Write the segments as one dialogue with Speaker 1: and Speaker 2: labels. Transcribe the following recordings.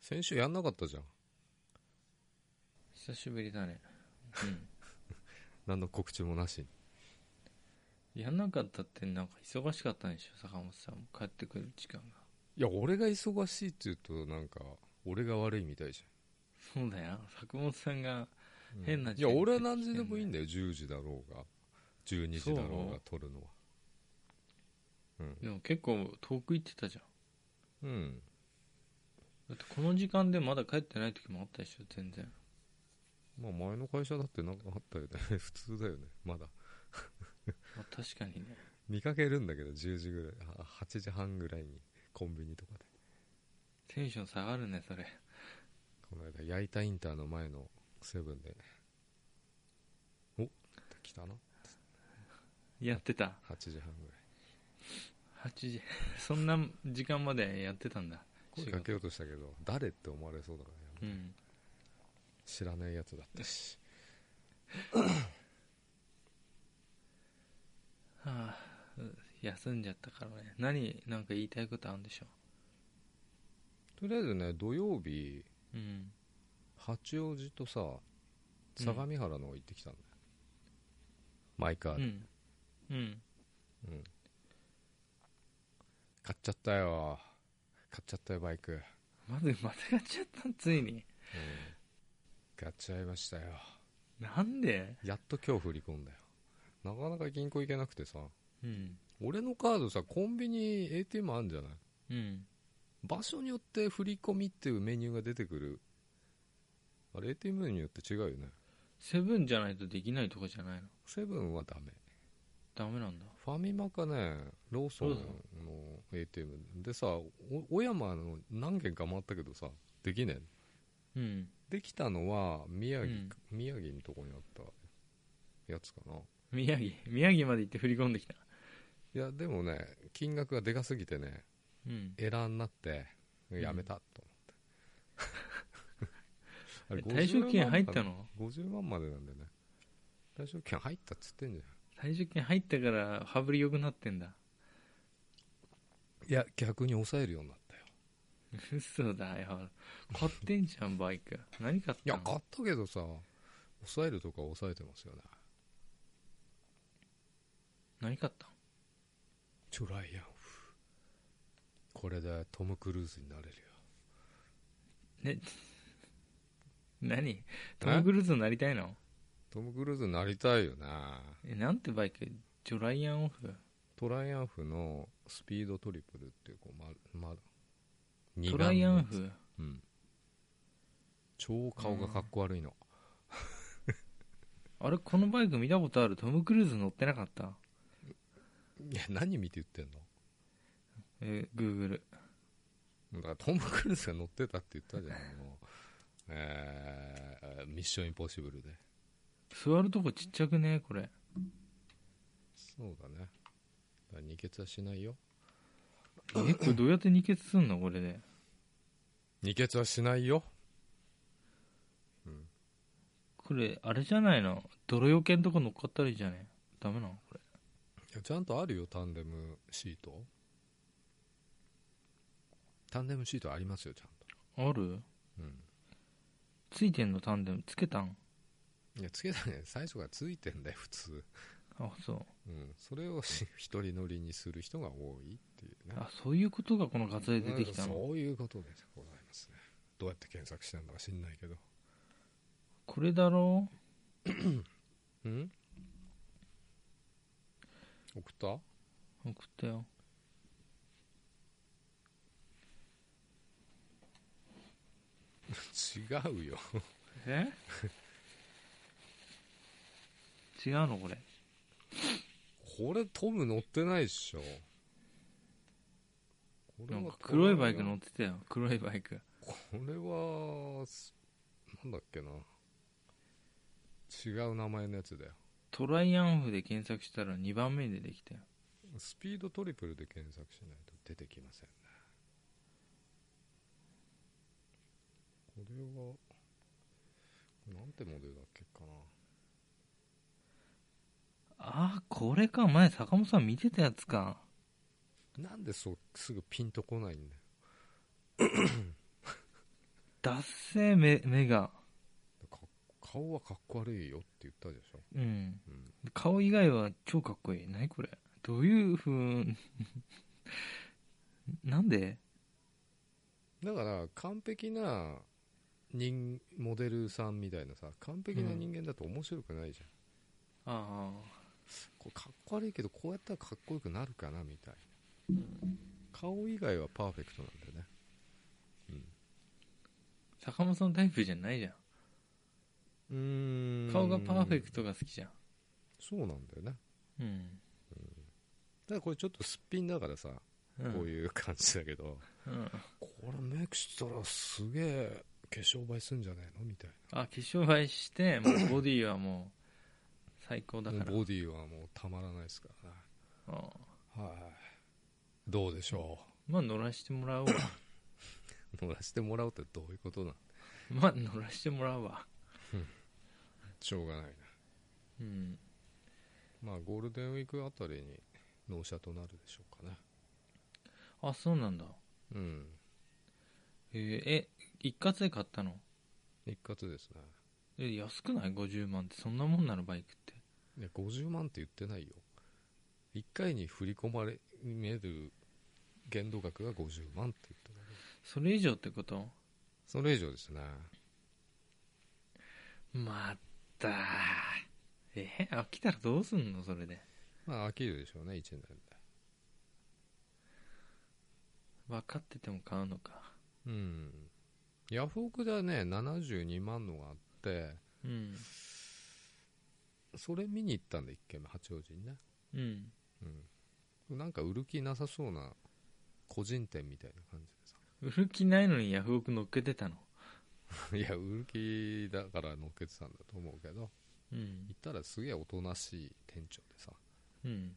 Speaker 1: 先週やんなかったじゃん
Speaker 2: 久しぶりだね。
Speaker 1: 何の告知もなしに
Speaker 2: うん。やんなかったってなんか忙しかったんでしょ、坂本さんも。帰ってくる時間が。
Speaker 1: いや俺が忙しいって言うとなんか俺が悪いみたいじ
Speaker 2: そうだよ。坂本さんが
Speaker 1: ゃん、うん
Speaker 2: 変ない時間
Speaker 1: や
Speaker 2: に
Speaker 1: 俺は何時でもいいんだよ10時だろうが12時だろう
Speaker 2: そ
Speaker 1: が
Speaker 2: う
Speaker 1: 撮るのはうん
Speaker 2: でも結構遠く行ってたじゃん。
Speaker 1: うん
Speaker 2: だってこの時間でまだ帰ってない時もあったでしょ、全然。
Speaker 1: まあ前の会社だってなんかあったよね 普通だよねまだ
Speaker 2: まあ、確かにね。
Speaker 1: 見かけるんだけど10時ぐらいあ8時半ぐらいにコンビニとかで
Speaker 2: テンション下がるね、それ。
Speaker 1: この間焼いたインターの前のセブンでお来たな
Speaker 2: やってた。
Speaker 1: 8時半ぐらい
Speaker 2: 8時。 そんな時間までやってたんだ。
Speaker 1: 声かけようとしたけど誰って思われそうだからやめ
Speaker 2: う
Speaker 1: た
Speaker 2: ん。
Speaker 1: 知らないやつだったし
Speaker 2: はあ、休んじゃったからね。何、なんか言いたいことあるんでしょ
Speaker 1: とりあえずね土曜日
Speaker 2: う。うん。
Speaker 1: 八王子とさ相模原の方行ってきたんだよ、マイカー
Speaker 2: う
Speaker 1: で、
Speaker 2: ん。うん。
Speaker 1: うん買っちゃったよ買っちゃったよバイク、うん、
Speaker 2: まず、またやっちゃった、ついに。
Speaker 1: 買っちゃいましたよ
Speaker 2: なんで
Speaker 1: やっと今日振り込んだよなかなか銀行行けなくてさ
Speaker 2: うん。
Speaker 1: 俺のカードさコンビニ ATM あんじゃない
Speaker 2: うん。
Speaker 1: 場所によって振り込みっていうメニューが出てくるあれ ATM によって違うよね
Speaker 2: セブンじゃないとできないとかじゃないの
Speaker 1: セブンはダメ
Speaker 2: ダメなんだ。
Speaker 1: ファミマかねローソン
Speaker 2: ロ
Speaker 1: の
Speaker 2: ーソ
Speaker 1: ATM でさお小山の何軒か回ったけどさできねえ
Speaker 2: うん。
Speaker 1: できたのは宮城、
Speaker 2: うん
Speaker 1: 宮城のとこにあったやつかな
Speaker 2: 宮城。宮城まで行って振り込んできた。
Speaker 1: いやでもね金額がでかすぎてね
Speaker 2: うん。
Speaker 1: エラーになって
Speaker 2: ん
Speaker 1: やめたと 思
Speaker 2: え
Speaker 1: って、あれ
Speaker 2: 退職金入った
Speaker 1: の
Speaker 2: の
Speaker 1: ?50 万までなんだよね退職金入ったっつってんじゃん
Speaker 2: 退職金入ったから、羽振り良くなってんだ。
Speaker 1: いや逆に抑えるようになったよ
Speaker 2: 嘘だよ。買ってんじゃん、バイク。何買っ
Speaker 1: い
Speaker 2: た
Speaker 1: や
Speaker 2: の
Speaker 1: 買ったけどさ抑えるとか抑えてますよね
Speaker 2: 何買ったの
Speaker 1: トライアンフこれでトム・クルーズになれるよ
Speaker 2: 何トム・クルーズになりたいの
Speaker 1: トム・クルーズになりたいよね
Speaker 2: え、なんてバイクジョライアンオフ
Speaker 1: トライアンフのスピードトリプルっていうこうまま二
Speaker 2: ト
Speaker 1: 眼の
Speaker 2: ライアンフ
Speaker 1: うん超顔がかっこ悪いの、
Speaker 2: あれこのバイク見たことあるトム・クルーズ乗ってなかった
Speaker 1: いや何見て言ってんの
Speaker 2: えー、グーグル。
Speaker 1: だからトム・クルーズが乗ってたって言ったじゃんもう、えー、ミッション・インポッシブルで
Speaker 2: 座るとこちっちゃくねこれ。
Speaker 1: そうだねだから二血はしないよ
Speaker 2: え、これどうやって二血すんのこれで。
Speaker 1: 二血はしないようん
Speaker 2: これ、あれじゃないの泥よけんとこ乗っかったらいいじゃねダメなのこれ。
Speaker 1: いやちゃんとあるよタンデムシートタンデムシートありますよちゃん
Speaker 2: ある
Speaker 1: と
Speaker 2: ついてんのタンデム。つけたん
Speaker 1: うんいやつけたね最初からついてんだよ普通
Speaker 2: あ、そう。
Speaker 1: うんそれをし一人乗りにする人が多いっていうね
Speaker 2: あ、そういうことがこの画像で出てきた
Speaker 1: う
Speaker 2: の。
Speaker 1: んそういうことでございますねどうやって検索してんだか知んないけど
Speaker 2: これだろ
Speaker 1: うん送った
Speaker 2: 送ったよ。
Speaker 1: 違うよ
Speaker 2: え 違うのこれ。
Speaker 1: これトム乗ってないっしょこれ
Speaker 2: な
Speaker 1: は
Speaker 2: んか黒い
Speaker 1: トラ
Speaker 2: バ
Speaker 1: イア
Speaker 2: イク乗ってたよ。黒いバイク。
Speaker 1: これはすなんだっけな違う名前のやつだよ
Speaker 2: トライアンフで検索したら2番目に出てきたよ。
Speaker 1: スピードトリプルで検索しないと出てきませんねこれはなんてモデルだっけかな
Speaker 2: ああ、これか。前坂本さん見てたやつか。
Speaker 1: なんでそうすぐピンとこないんだよ
Speaker 2: ダッセー目目が
Speaker 1: か顔はかっこ悪いよって言ったでしょ、
Speaker 2: う
Speaker 1: う
Speaker 2: ん
Speaker 1: ん、
Speaker 2: 顔以外は超かっこいい何これどういうふう なんで
Speaker 1: だから完璧な人モデルさんみたいなさ完璧な人間だと面白くないじゃん、
Speaker 2: あ
Speaker 1: これかっこ悪いけどこうやったらかっこよくなるかなみたいな顔以外はパーフェクトなんだよね
Speaker 2: あ坂本さんのタイプじゃないじゃ
Speaker 1: うー
Speaker 2: ん
Speaker 1: ん
Speaker 2: 顔がパーフェクトが好きじゃん
Speaker 1: そうなんだよね
Speaker 2: うん、
Speaker 1: だからこれちょっとすっぴんだからさ、
Speaker 2: うん、
Speaker 1: こういう感じだけど
Speaker 2: うん、
Speaker 1: これメイクしたらすげえ化粧映えすんじゃねえのみたい
Speaker 2: あ化粧映えしてもうボディはもう最高だ
Speaker 1: な
Speaker 2: か
Speaker 1: も
Speaker 2: ら
Speaker 1: うボディはもうたまらないですからね
Speaker 2: あ
Speaker 1: はいどうでしょ
Speaker 2: まあ乗らしてもらう わ
Speaker 1: う乗らせてもらおうってどういうことなん
Speaker 2: まあ乗らしてもらうわ
Speaker 1: しょうがないな
Speaker 2: うん
Speaker 1: まあゴールデンウィークあたりに納車となるでしょうかね
Speaker 2: あそうなんだ
Speaker 1: うん
Speaker 2: えーえ一括で買ったの
Speaker 1: 一括ですね
Speaker 2: え安くない50万ってそんなもんなのバイクって
Speaker 1: いや50万って言ってないよ1回に振り込まれ見える限度額が50万って言ってない
Speaker 2: それ以上ってこと
Speaker 1: それ以上ですね
Speaker 2: またえ飽きたらどうすんのそれで
Speaker 1: まあ飽きるでしょうね1年で
Speaker 2: 分かってても買うのか
Speaker 1: うんヤフオクではね72万のがあって
Speaker 2: うん
Speaker 1: それ見に行ったんで1軒目八王子にね、
Speaker 2: うん
Speaker 1: うん、なんか売る気なさそうな個人店みたいな感じで
Speaker 2: 売る気ないのにヤフオク乗っけてたの
Speaker 1: さ いや売る気だから乗っけてたんだと思うけど
Speaker 2: うん
Speaker 1: 行ったらすげえおとなしい店長でさ
Speaker 2: うん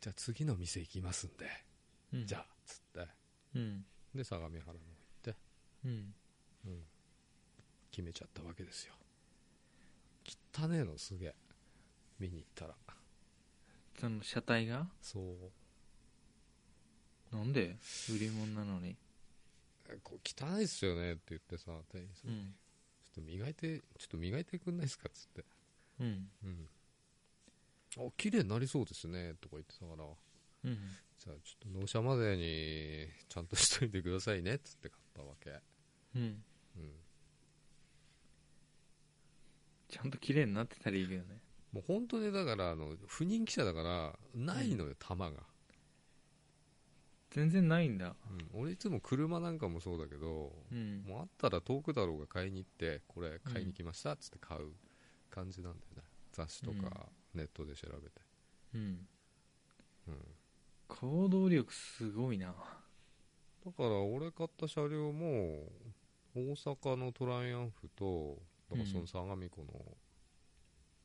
Speaker 1: じゃあ次の店行きますんで、
Speaker 2: うん
Speaker 1: じゃあつって
Speaker 2: うん
Speaker 1: で相模原の方行って
Speaker 2: うん
Speaker 1: 決めちゃったわけですよ汚ねえのすげえ見に行ったら
Speaker 2: その車体が
Speaker 1: そう
Speaker 2: なんで売り物なのに
Speaker 1: こう汚いっすよねって言ってさ店員さん、
Speaker 2: うん
Speaker 1: ちょっと磨いてちょっと磨いてくんないですかっつって
Speaker 2: うん
Speaker 1: うんあ綺麗になりそうですねとか言ってたから
Speaker 2: うん
Speaker 1: じゃあちょっと納車までにちゃんとしといてくださいねっつって買ったわけ
Speaker 2: うん
Speaker 1: うん
Speaker 2: ちゃんと綺麗になってたらいいけどね
Speaker 1: もう本当にだからあの不人気者だからないのよ玉が、
Speaker 2: 全然ないんだ
Speaker 1: うん俺いつも車なんかもそうだけど、
Speaker 2: うん
Speaker 1: もうあったら遠くだろうが買いに行ってこれ買いに来ましたっつって買う感じなんだよね雑誌とかネットで調べて、
Speaker 2: うん
Speaker 1: うん
Speaker 2: 行動力すごいな
Speaker 1: だから俺買った車両も大阪のトライアンフとだからその相模湖の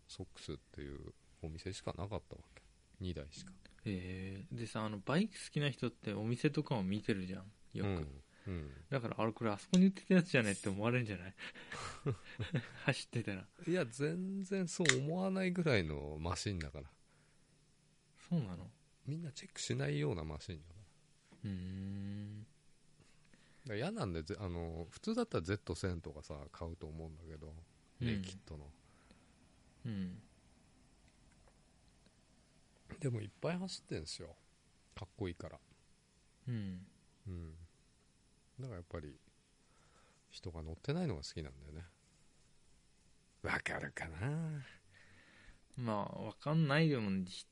Speaker 1: ソックスっていうお店しかなかったわけ2台しか
Speaker 2: えー、でさあのバイク好きな人ってお店とかも見てるじゃんよく、
Speaker 1: うん、うん
Speaker 2: だからあれこれあそこに売ってたやつじゃねって思われるんじゃない 走ってたら
Speaker 1: いや全然そう思わないぐらいのマシンだから
Speaker 2: そうなの
Speaker 1: みんなチェックしないようなマシンだから
Speaker 2: うーん
Speaker 1: だから嫌なんでぜあの普通だったら Z1000 とかさ買うと思うんだけど
Speaker 2: うん
Speaker 1: レイキッドの、
Speaker 2: うん
Speaker 1: でもいっぱい走ってんすよかっこいいから
Speaker 2: うん
Speaker 1: うんだからやっぱり人が乗ってないのが好きなんだよねわかるかな
Speaker 2: まあわかんないでもひ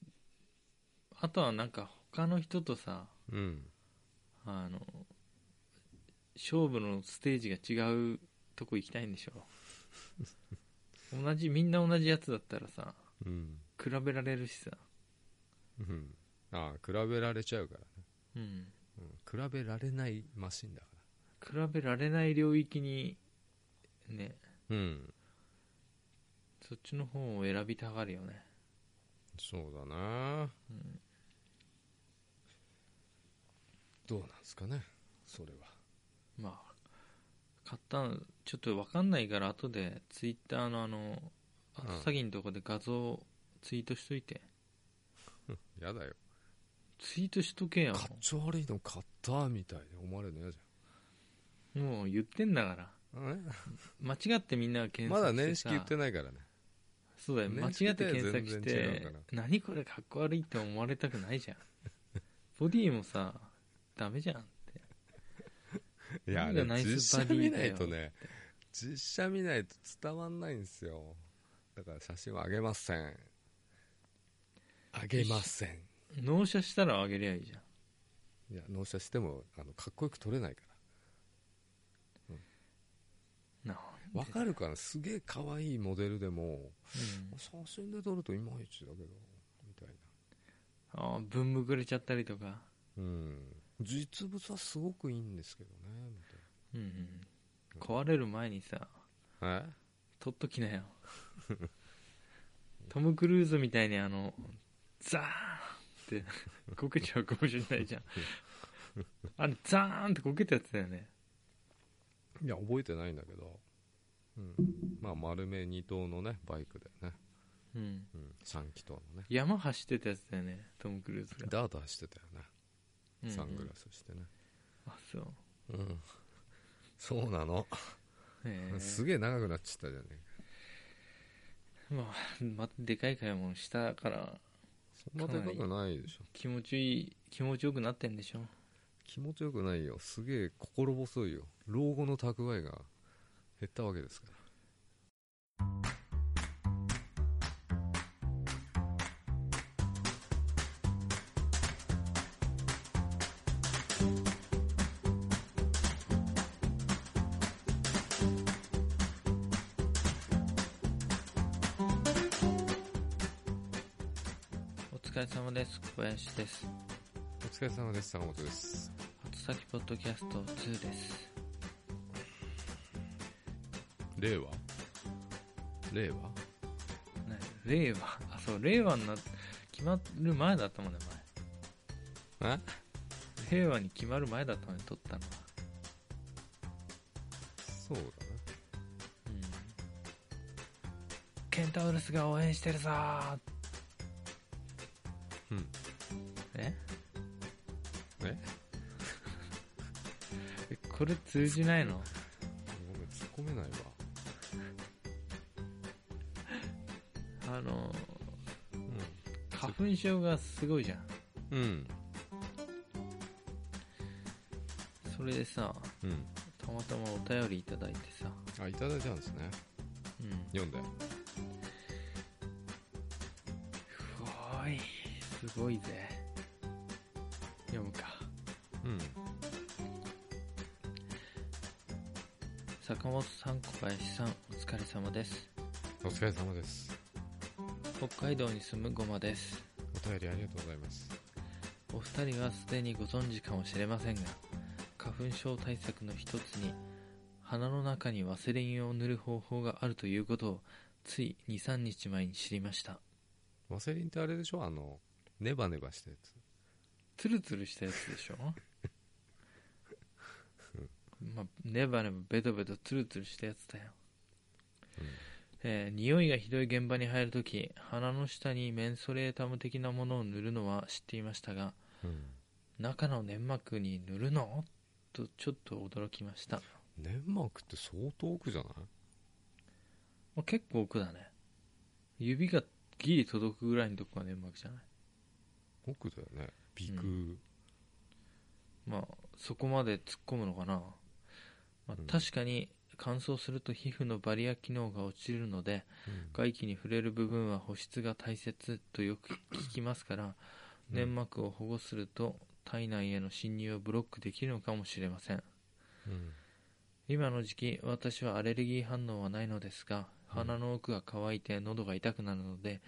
Speaker 2: あとはなんか他の人とさ
Speaker 1: うん
Speaker 2: あの勝負のステージが違うとこ行きたいん でしょ同じみんな同じやつだったらさ
Speaker 1: うん
Speaker 2: 比べられるしさ
Speaker 1: うんああ比べられちゃうからね、
Speaker 2: うん
Speaker 1: うん、比べられないマシンだか
Speaker 2: 比べられない領域にね
Speaker 1: らうん
Speaker 2: そっちの方を選びたがるよね
Speaker 1: そうだな
Speaker 2: うん
Speaker 1: どうなんですかねそれは
Speaker 2: まあ買ったのちょっと分かんないから後でツイッターのあの後先のとこで画像ツイートしといて、
Speaker 1: やだよ
Speaker 2: ツイートしとけよ
Speaker 1: かっちょ悪いの買ったみたいに思われるの嫌じゃん
Speaker 2: もう言ってんだから
Speaker 1: あ
Speaker 2: 間違ってみんなが
Speaker 1: れ
Speaker 2: 検
Speaker 1: ま
Speaker 2: 索
Speaker 1: だ
Speaker 2: し
Speaker 1: 年
Speaker 2: てさ
Speaker 1: 式言ってないからね
Speaker 2: そうだよ間
Speaker 1: 年
Speaker 2: 違
Speaker 1: 式
Speaker 2: って
Speaker 1: で
Speaker 2: 検索し
Speaker 1: 全然違う
Speaker 2: て
Speaker 1: から
Speaker 2: 何これかっこ悪いって思われたくない じゃんボディもさダメじゃんって
Speaker 1: いやあ
Speaker 2: 何が
Speaker 1: れ
Speaker 2: ナイス
Speaker 1: 実
Speaker 2: バ
Speaker 1: 写
Speaker 2: ディ
Speaker 1: 見
Speaker 2: だ
Speaker 1: な
Speaker 2: よ
Speaker 1: いとね実写見ないと伝わんないんですよだから写真はあげませんあげません
Speaker 2: 納車したらあげりゃいいじゃん
Speaker 1: いや納車してもあのかっこよく撮れないから
Speaker 2: なんで
Speaker 1: わかるからすげえ可愛いモデルでも
Speaker 2: うん
Speaker 1: 写真で撮るといまいちだけどみたい
Speaker 2: ああぶんぶくれちゃったりとか
Speaker 1: なうん実物はすごくいいんですけどねみた
Speaker 2: うんうん壊れる前にさ
Speaker 1: いなえ
Speaker 2: 取っときなよ トム・クルーズみたいにあのザーンってこけちゃうかもしれないじゃんあれザーンってこけたやつだよね
Speaker 1: いや覚えてないんだけど、うん、まあ丸め2頭のねバイクでね、
Speaker 2: うん
Speaker 1: うん、3気筒のね
Speaker 2: 山走ってたやつだよねトム・クルーズが
Speaker 1: ダーダーしてたよね
Speaker 2: うんうん
Speaker 1: サングラスしてね
Speaker 2: あそう
Speaker 1: うん、 そうなの、
Speaker 2: ええ
Speaker 1: すげえ長くなっちゃったじゃねえか
Speaker 2: まあ、またでかい買い物したから
Speaker 1: そんなでかくないでしょ
Speaker 2: 気持ちいい気持ちよくなってんでしょ
Speaker 1: 気持ちよくないよすげえ心細いよ老後の蓄えが減ったわけですから
Speaker 2: お疲れ様です小林です
Speaker 1: お疲れ様です坂本です
Speaker 2: 初先ポッドキャスト2です
Speaker 1: 令和令和
Speaker 2: ね令和あそう令和になっ決まる前だったもんね
Speaker 1: え
Speaker 2: 前令和に決まる前だったもんね撮ったのは
Speaker 1: そうだね
Speaker 2: うんケンタウルスが応援してるぞー
Speaker 1: うん
Speaker 2: え
Speaker 1: え
Speaker 2: えこれ通じないの
Speaker 1: ごめん突っ込めないわ
Speaker 2: あの
Speaker 1: う
Speaker 2: 花粉症がすごいじゃ
Speaker 1: ん
Speaker 2: ん
Speaker 1: うん
Speaker 2: それでさ
Speaker 1: うん
Speaker 2: たまたまお便りいただいてさ、
Speaker 1: あいただいたんですね
Speaker 2: うん、
Speaker 1: 読んで
Speaker 2: すごいすごいぜ読むか
Speaker 1: うん
Speaker 2: 坂本さん小林さんお疲れ様です
Speaker 1: お疲れ様です
Speaker 2: 北海道に住むごまです
Speaker 1: お便りありがとうございます
Speaker 2: お二人はすでにご存知かもしれませんが花粉症対策の一つに鼻の中にワセリンを塗る方法があるということをつい23日前に知りました
Speaker 1: ワセリンってあれでしょあのネバネバしたやつ
Speaker 2: ツルツルしたやつでしょまあネバネバベトベトツルツルしたやつだよ、
Speaker 1: うん
Speaker 2: えー匂いがひどい現場に入るとき鼻の下にメンソレータム的なものを塗るのは知っていましたが
Speaker 1: うん
Speaker 2: 中の粘膜に塗るのとちょっと驚きました、
Speaker 1: 粘膜って相当奥じゃない
Speaker 2: まあ、結構奥だね指がギリ届くぐらいのとこが粘膜じゃない
Speaker 1: 奥だよね鼻
Speaker 2: う
Speaker 1: 腔
Speaker 2: まあそこまで突っ込むのかな、まあ
Speaker 1: うん
Speaker 2: 確かに乾燥すると皮膚のバリア機能が落ちるので外気に触れる部分は保湿が大切とよく聞きますから
Speaker 1: うん
Speaker 2: 粘膜を保護すると体内への侵入をブロックできるのかもしれません
Speaker 1: うん
Speaker 2: 今の時期私はアレルギー反応はないのですが
Speaker 1: うん
Speaker 2: 鼻の奥が乾いて喉が痛くなるので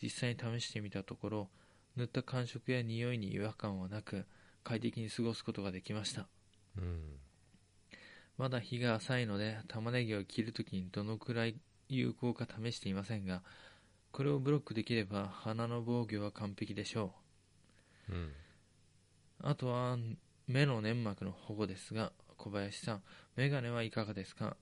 Speaker 2: 実際に試してみたところ塗った感触や匂いに違和感はなく快適に過ごすことができました
Speaker 1: うんうん
Speaker 2: まだ日が浅いので玉ねぎを切るときにどのくらい有効か試していませんがこれをブロックできれば鼻の防御は完璧でしょ
Speaker 1: うん
Speaker 2: うあとは目の粘膜の保護ですが小林さんメガネはいかがですか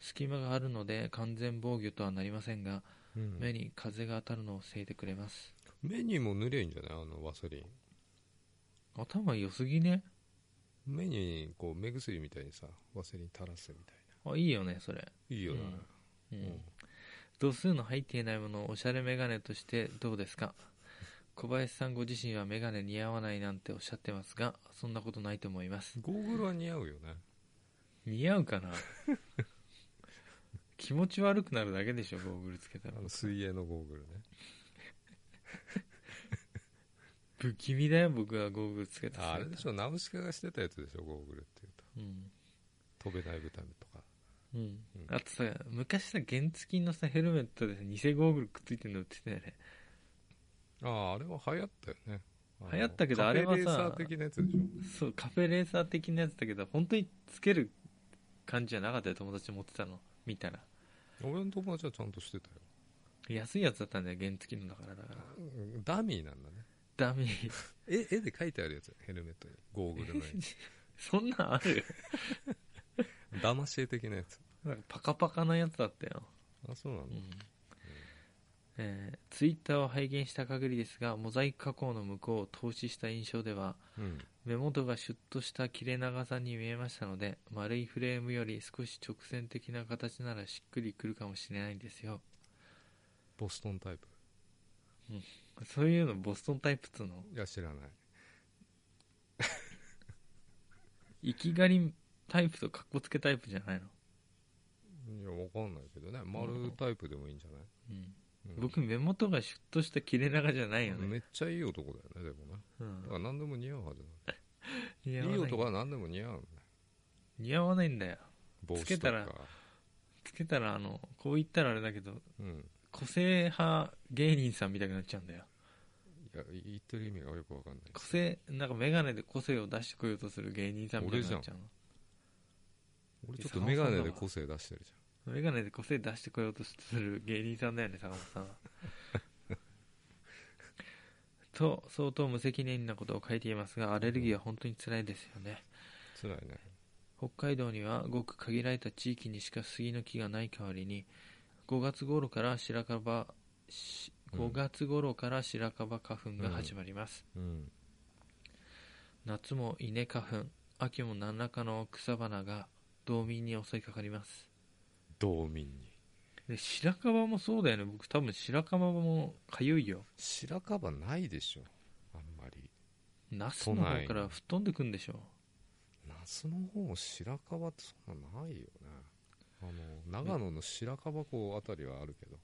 Speaker 2: 隙間があるので完全防御とはなりませんが
Speaker 1: うん
Speaker 2: 目に風が当たるのを防いでくれます
Speaker 1: 目にも塗りゃいいんじゃないあのワセリン
Speaker 2: 頭良すぎね
Speaker 1: 目にこう目薬みたいにさワセリン垂らすみたい
Speaker 2: あいいよねそれ、
Speaker 1: ないいよね、
Speaker 2: うん
Speaker 1: うん
Speaker 2: 度数の入っていないものをおしゃれメガネとしてどうですか小林さんご自身はメガネ似合わないなんておっしゃってますがそんなことないと思います
Speaker 1: ゴーグルは似合うよね
Speaker 2: 似合うかな 気持ち悪くなるだけでしょゴーグルつけたら
Speaker 1: あの水泳のゴーグルね
Speaker 2: 不気味だよ僕はゴーグルつけた
Speaker 1: ああれでし
Speaker 2: ょ
Speaker 1: ょナウシカがしてたやつでしょゴーグルっていうと
Speaker 2: うん、
Speaker 1: 飛べない豚とか
Speaker 2: うん
Speaker 1: うん、
Speaker 2: あとさ昔さ原付きのさヘルメットでさ偽ゴーグルくっついてるの売ってたよね
Speaker 1: あああれは流行ったよねあの
Speaker 2: 流行ったけどあれはさ
Speaker 1: カフェレーサー的なやつでしょ
Speaker 2: そうカフェレーサー的なやつだけど本当につける感じじゃなかったよ友達持ってたの見たら
Speaker 1: 俺の友達はちゃんとしてたよ
Speaker 2: 安いやつだったんだよ原付きのだからだから
Speaker 1: うんダミーなんだね
Speaker 2: ダメー
Speaker 1: 絵絵で書いてあるやつヘルメットにゴーグル のや
Speaker 2: そんなんあ
Speaker 1: つ
Speaker 2: る
Speaker 1: 騙し絵的なやつ
Speaker 2: なんかパカパカなやつだったよ、
Speaker 1: あそうなの、
Speaker 2: うんえー、ツイッターを拝見した限りですがモザイク加工の向こうを投資した印象では
Speaker 1: うん
Speaker 2: 目元がシュッとした切れ長さに見えましたので丸いフレームより少し直線的な形ならしっくりくるかもしれないんですよ
Speaker 1: ボストンタイプ
Speaker 2: そういうのボストンタイプっつうの
Speaker 1: いや知らない
Speaker 2: 生きがりタイプとかっこつけタイプじゃないの、
Speaker 1: いやわかんないけどね丸タイプでもいいんじゃない、
Speaker 2: うん、
Speaker 1: うん
Speaker 2: 僕目元がシュッとした切れ長じゃないよ
Speaker 1: め
Speaker 2: ね、
Speaker 1: っちゃいい男だよねでもね
Speaker 2: うん
Speaker 1: だから何でも似合うはずな
Speaker 2: 似合
Speaker 1: の
Speaker 2: わ
Speaker 1: いい
Speaker 2: ない
Speaker 1: 男は何でも似合うのね
Speaker 2: 似合わないんだよ
Speaker 1: 帽子とか
Speaker 2: つけたらつけたらあのこう言ったらあれだけど
Speaker 1: うん
Speaker 2: 個性派芸人さんみたいになっちゃうんだよ
Speaker 1: いや言ってる意味がよくわかんない
Speaker 2: 個性なんか眼鏡で個性を出してこようとする芸人さんみたいになっちゃう
Speaker 1: 俺ちょっと眼鏡で個性出してるじ
Speaker 2: の眼鏡で個性出してこようとする芸人さんだよね坂本さんは と相当無責任なことを書いていますがアレルギーは本当に辛いですよね
Speaker 1: ゃん辛いね
Speaker 2: 北海道にはごく限られた地域にしか杉の木がない代わりに5月頃から白樺し
Speaker 1: うん
Speaker 2: 5月頃から白樺花粉が始まります、
Speaker 1: うん
Speaker 2: 夏も稲花粉秋も何らかの草花が道民に襲いかかります
Speaker 1: 道民に
Speaker 2: で白樺もそうだよね僕多分白樺もかゆいよ
Speaker 1: 白樺ないでしょあんまり
Speaker 2: ナスの方から吹っ飛んでくんでしょ
Speaker 1: 夏の方白樺ってそんなないよねあの長野の白樺湖あたりはあるけど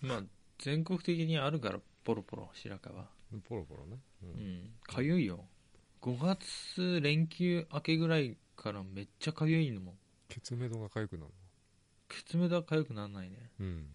Speaker 2: まあ全国的にあるからポロポロ白樺
Speaker 1: ポロポロね、うん
Speaker 2: うんかゆいよ5月連休明けぐらいからめっちゃかゆいのも
Speaker 1: ケツメドウが痒くなる
Speaker 2: 靴目がかゆくならないね、
Speaker 1: のうん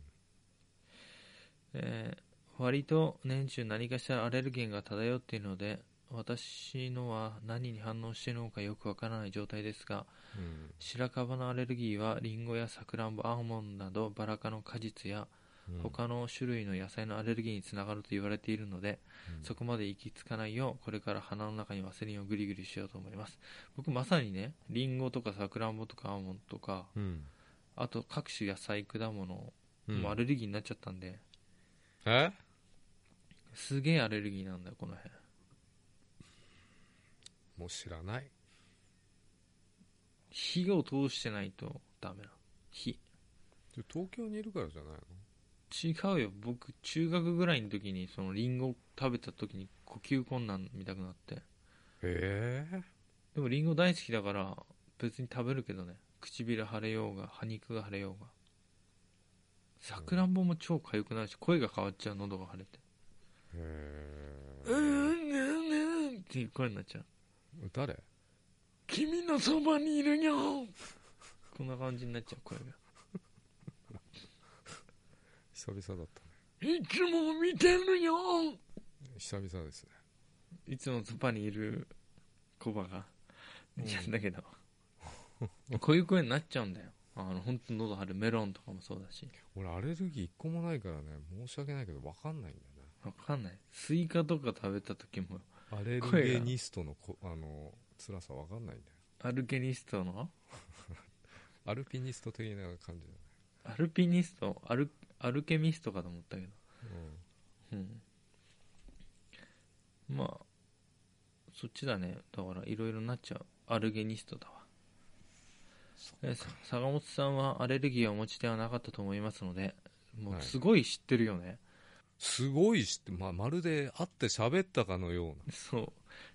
Speaker 2: えー割と年中何かしらアレルゲンが漂っているので私のは何に反応しているのかよくわからない状態ですが
Speaker 1: うん
Speaker 2: 白樺のアレルギーはリンゴやさくらんぼアーモンドなどバラ科の果実や
Speaker 1: うん
Speaker 2: 他の種類の野菜のアレルギーにつながると言われているので、
Speaker 1: うん
Speaker 2: そこまで行き着かないようこれから鼻の中にワセリンをグリグリしようと思います僕まさにねリンゴとかさくらんぼとかアーモンドとか
Speaker 1: うん
Speaker 2: あと各種野菜果物
Speaker 1: うん
Speaker 2: もアレルギーになっちゃったんで、
Speaker 1: え
Speaker 2: すげえアレルギーなんだよこの辺
Speaker 1: もう知らない
Speaker 2: 火を通してないとダメな火
Speaker 1: ちょ東京にいるからじゃないの
Speaker 2: 違うよ僕中学ぐらいの時にそのリンゴ食べた時に呼吸困難みたくなって
Speaker 1: へえ
Speaker 2: でもリンゴ大好きだから別に食べるけどね唇腫れようが歯肉が腫れようがさくらんぼも超痒くなるし声が変わっちゃう喉が腫れて
Speaker 1: へえ
Speaker 2: うーんうんうんっていう声になっちゃう
Speaker 1: 誰
Speaker 2: 君のそばにいるよこんな感じになっちゃう声が
Speaker 1: 久々だったね
Speaker 2: いつも見てるよ
Speaker 1: 久々ですね
Speaker 2: いつもそばにいるコバが
Speaker 1: うん
Speaker 2: いやだけどこういう声になっちゃうんだよあの本当喉腫れメロンとかもそうだし
Speaker 1: 俺アレルギー一個もないからね申し訳ないけど分かんないんだよね
Speaker 2: わかんないスイカとか食べた時も
Speaker 1: アレルゲニストのこあの辛さ分かんないんだよ
Speaker 2: アルケニストの
Speaker 1: アルピニスト的な感じだ
Speaker 2: アルピニストアルアルケミストかと思ったけど
Speaker 1: ね、
Speaker 2: うんまあそっちだねだからいろいろなっちゃうアルゲニストだわえーさ坂本さんはアレルギーをお持ちではなかったと思いますのでも
Speaker 1: は
Speaker 2: う
Speaker 1: い
Speaker 2: すごい知ってるよね、
Speaker 1: すごいしって、ままるで会って喋ったかのような
Speaker 2: そう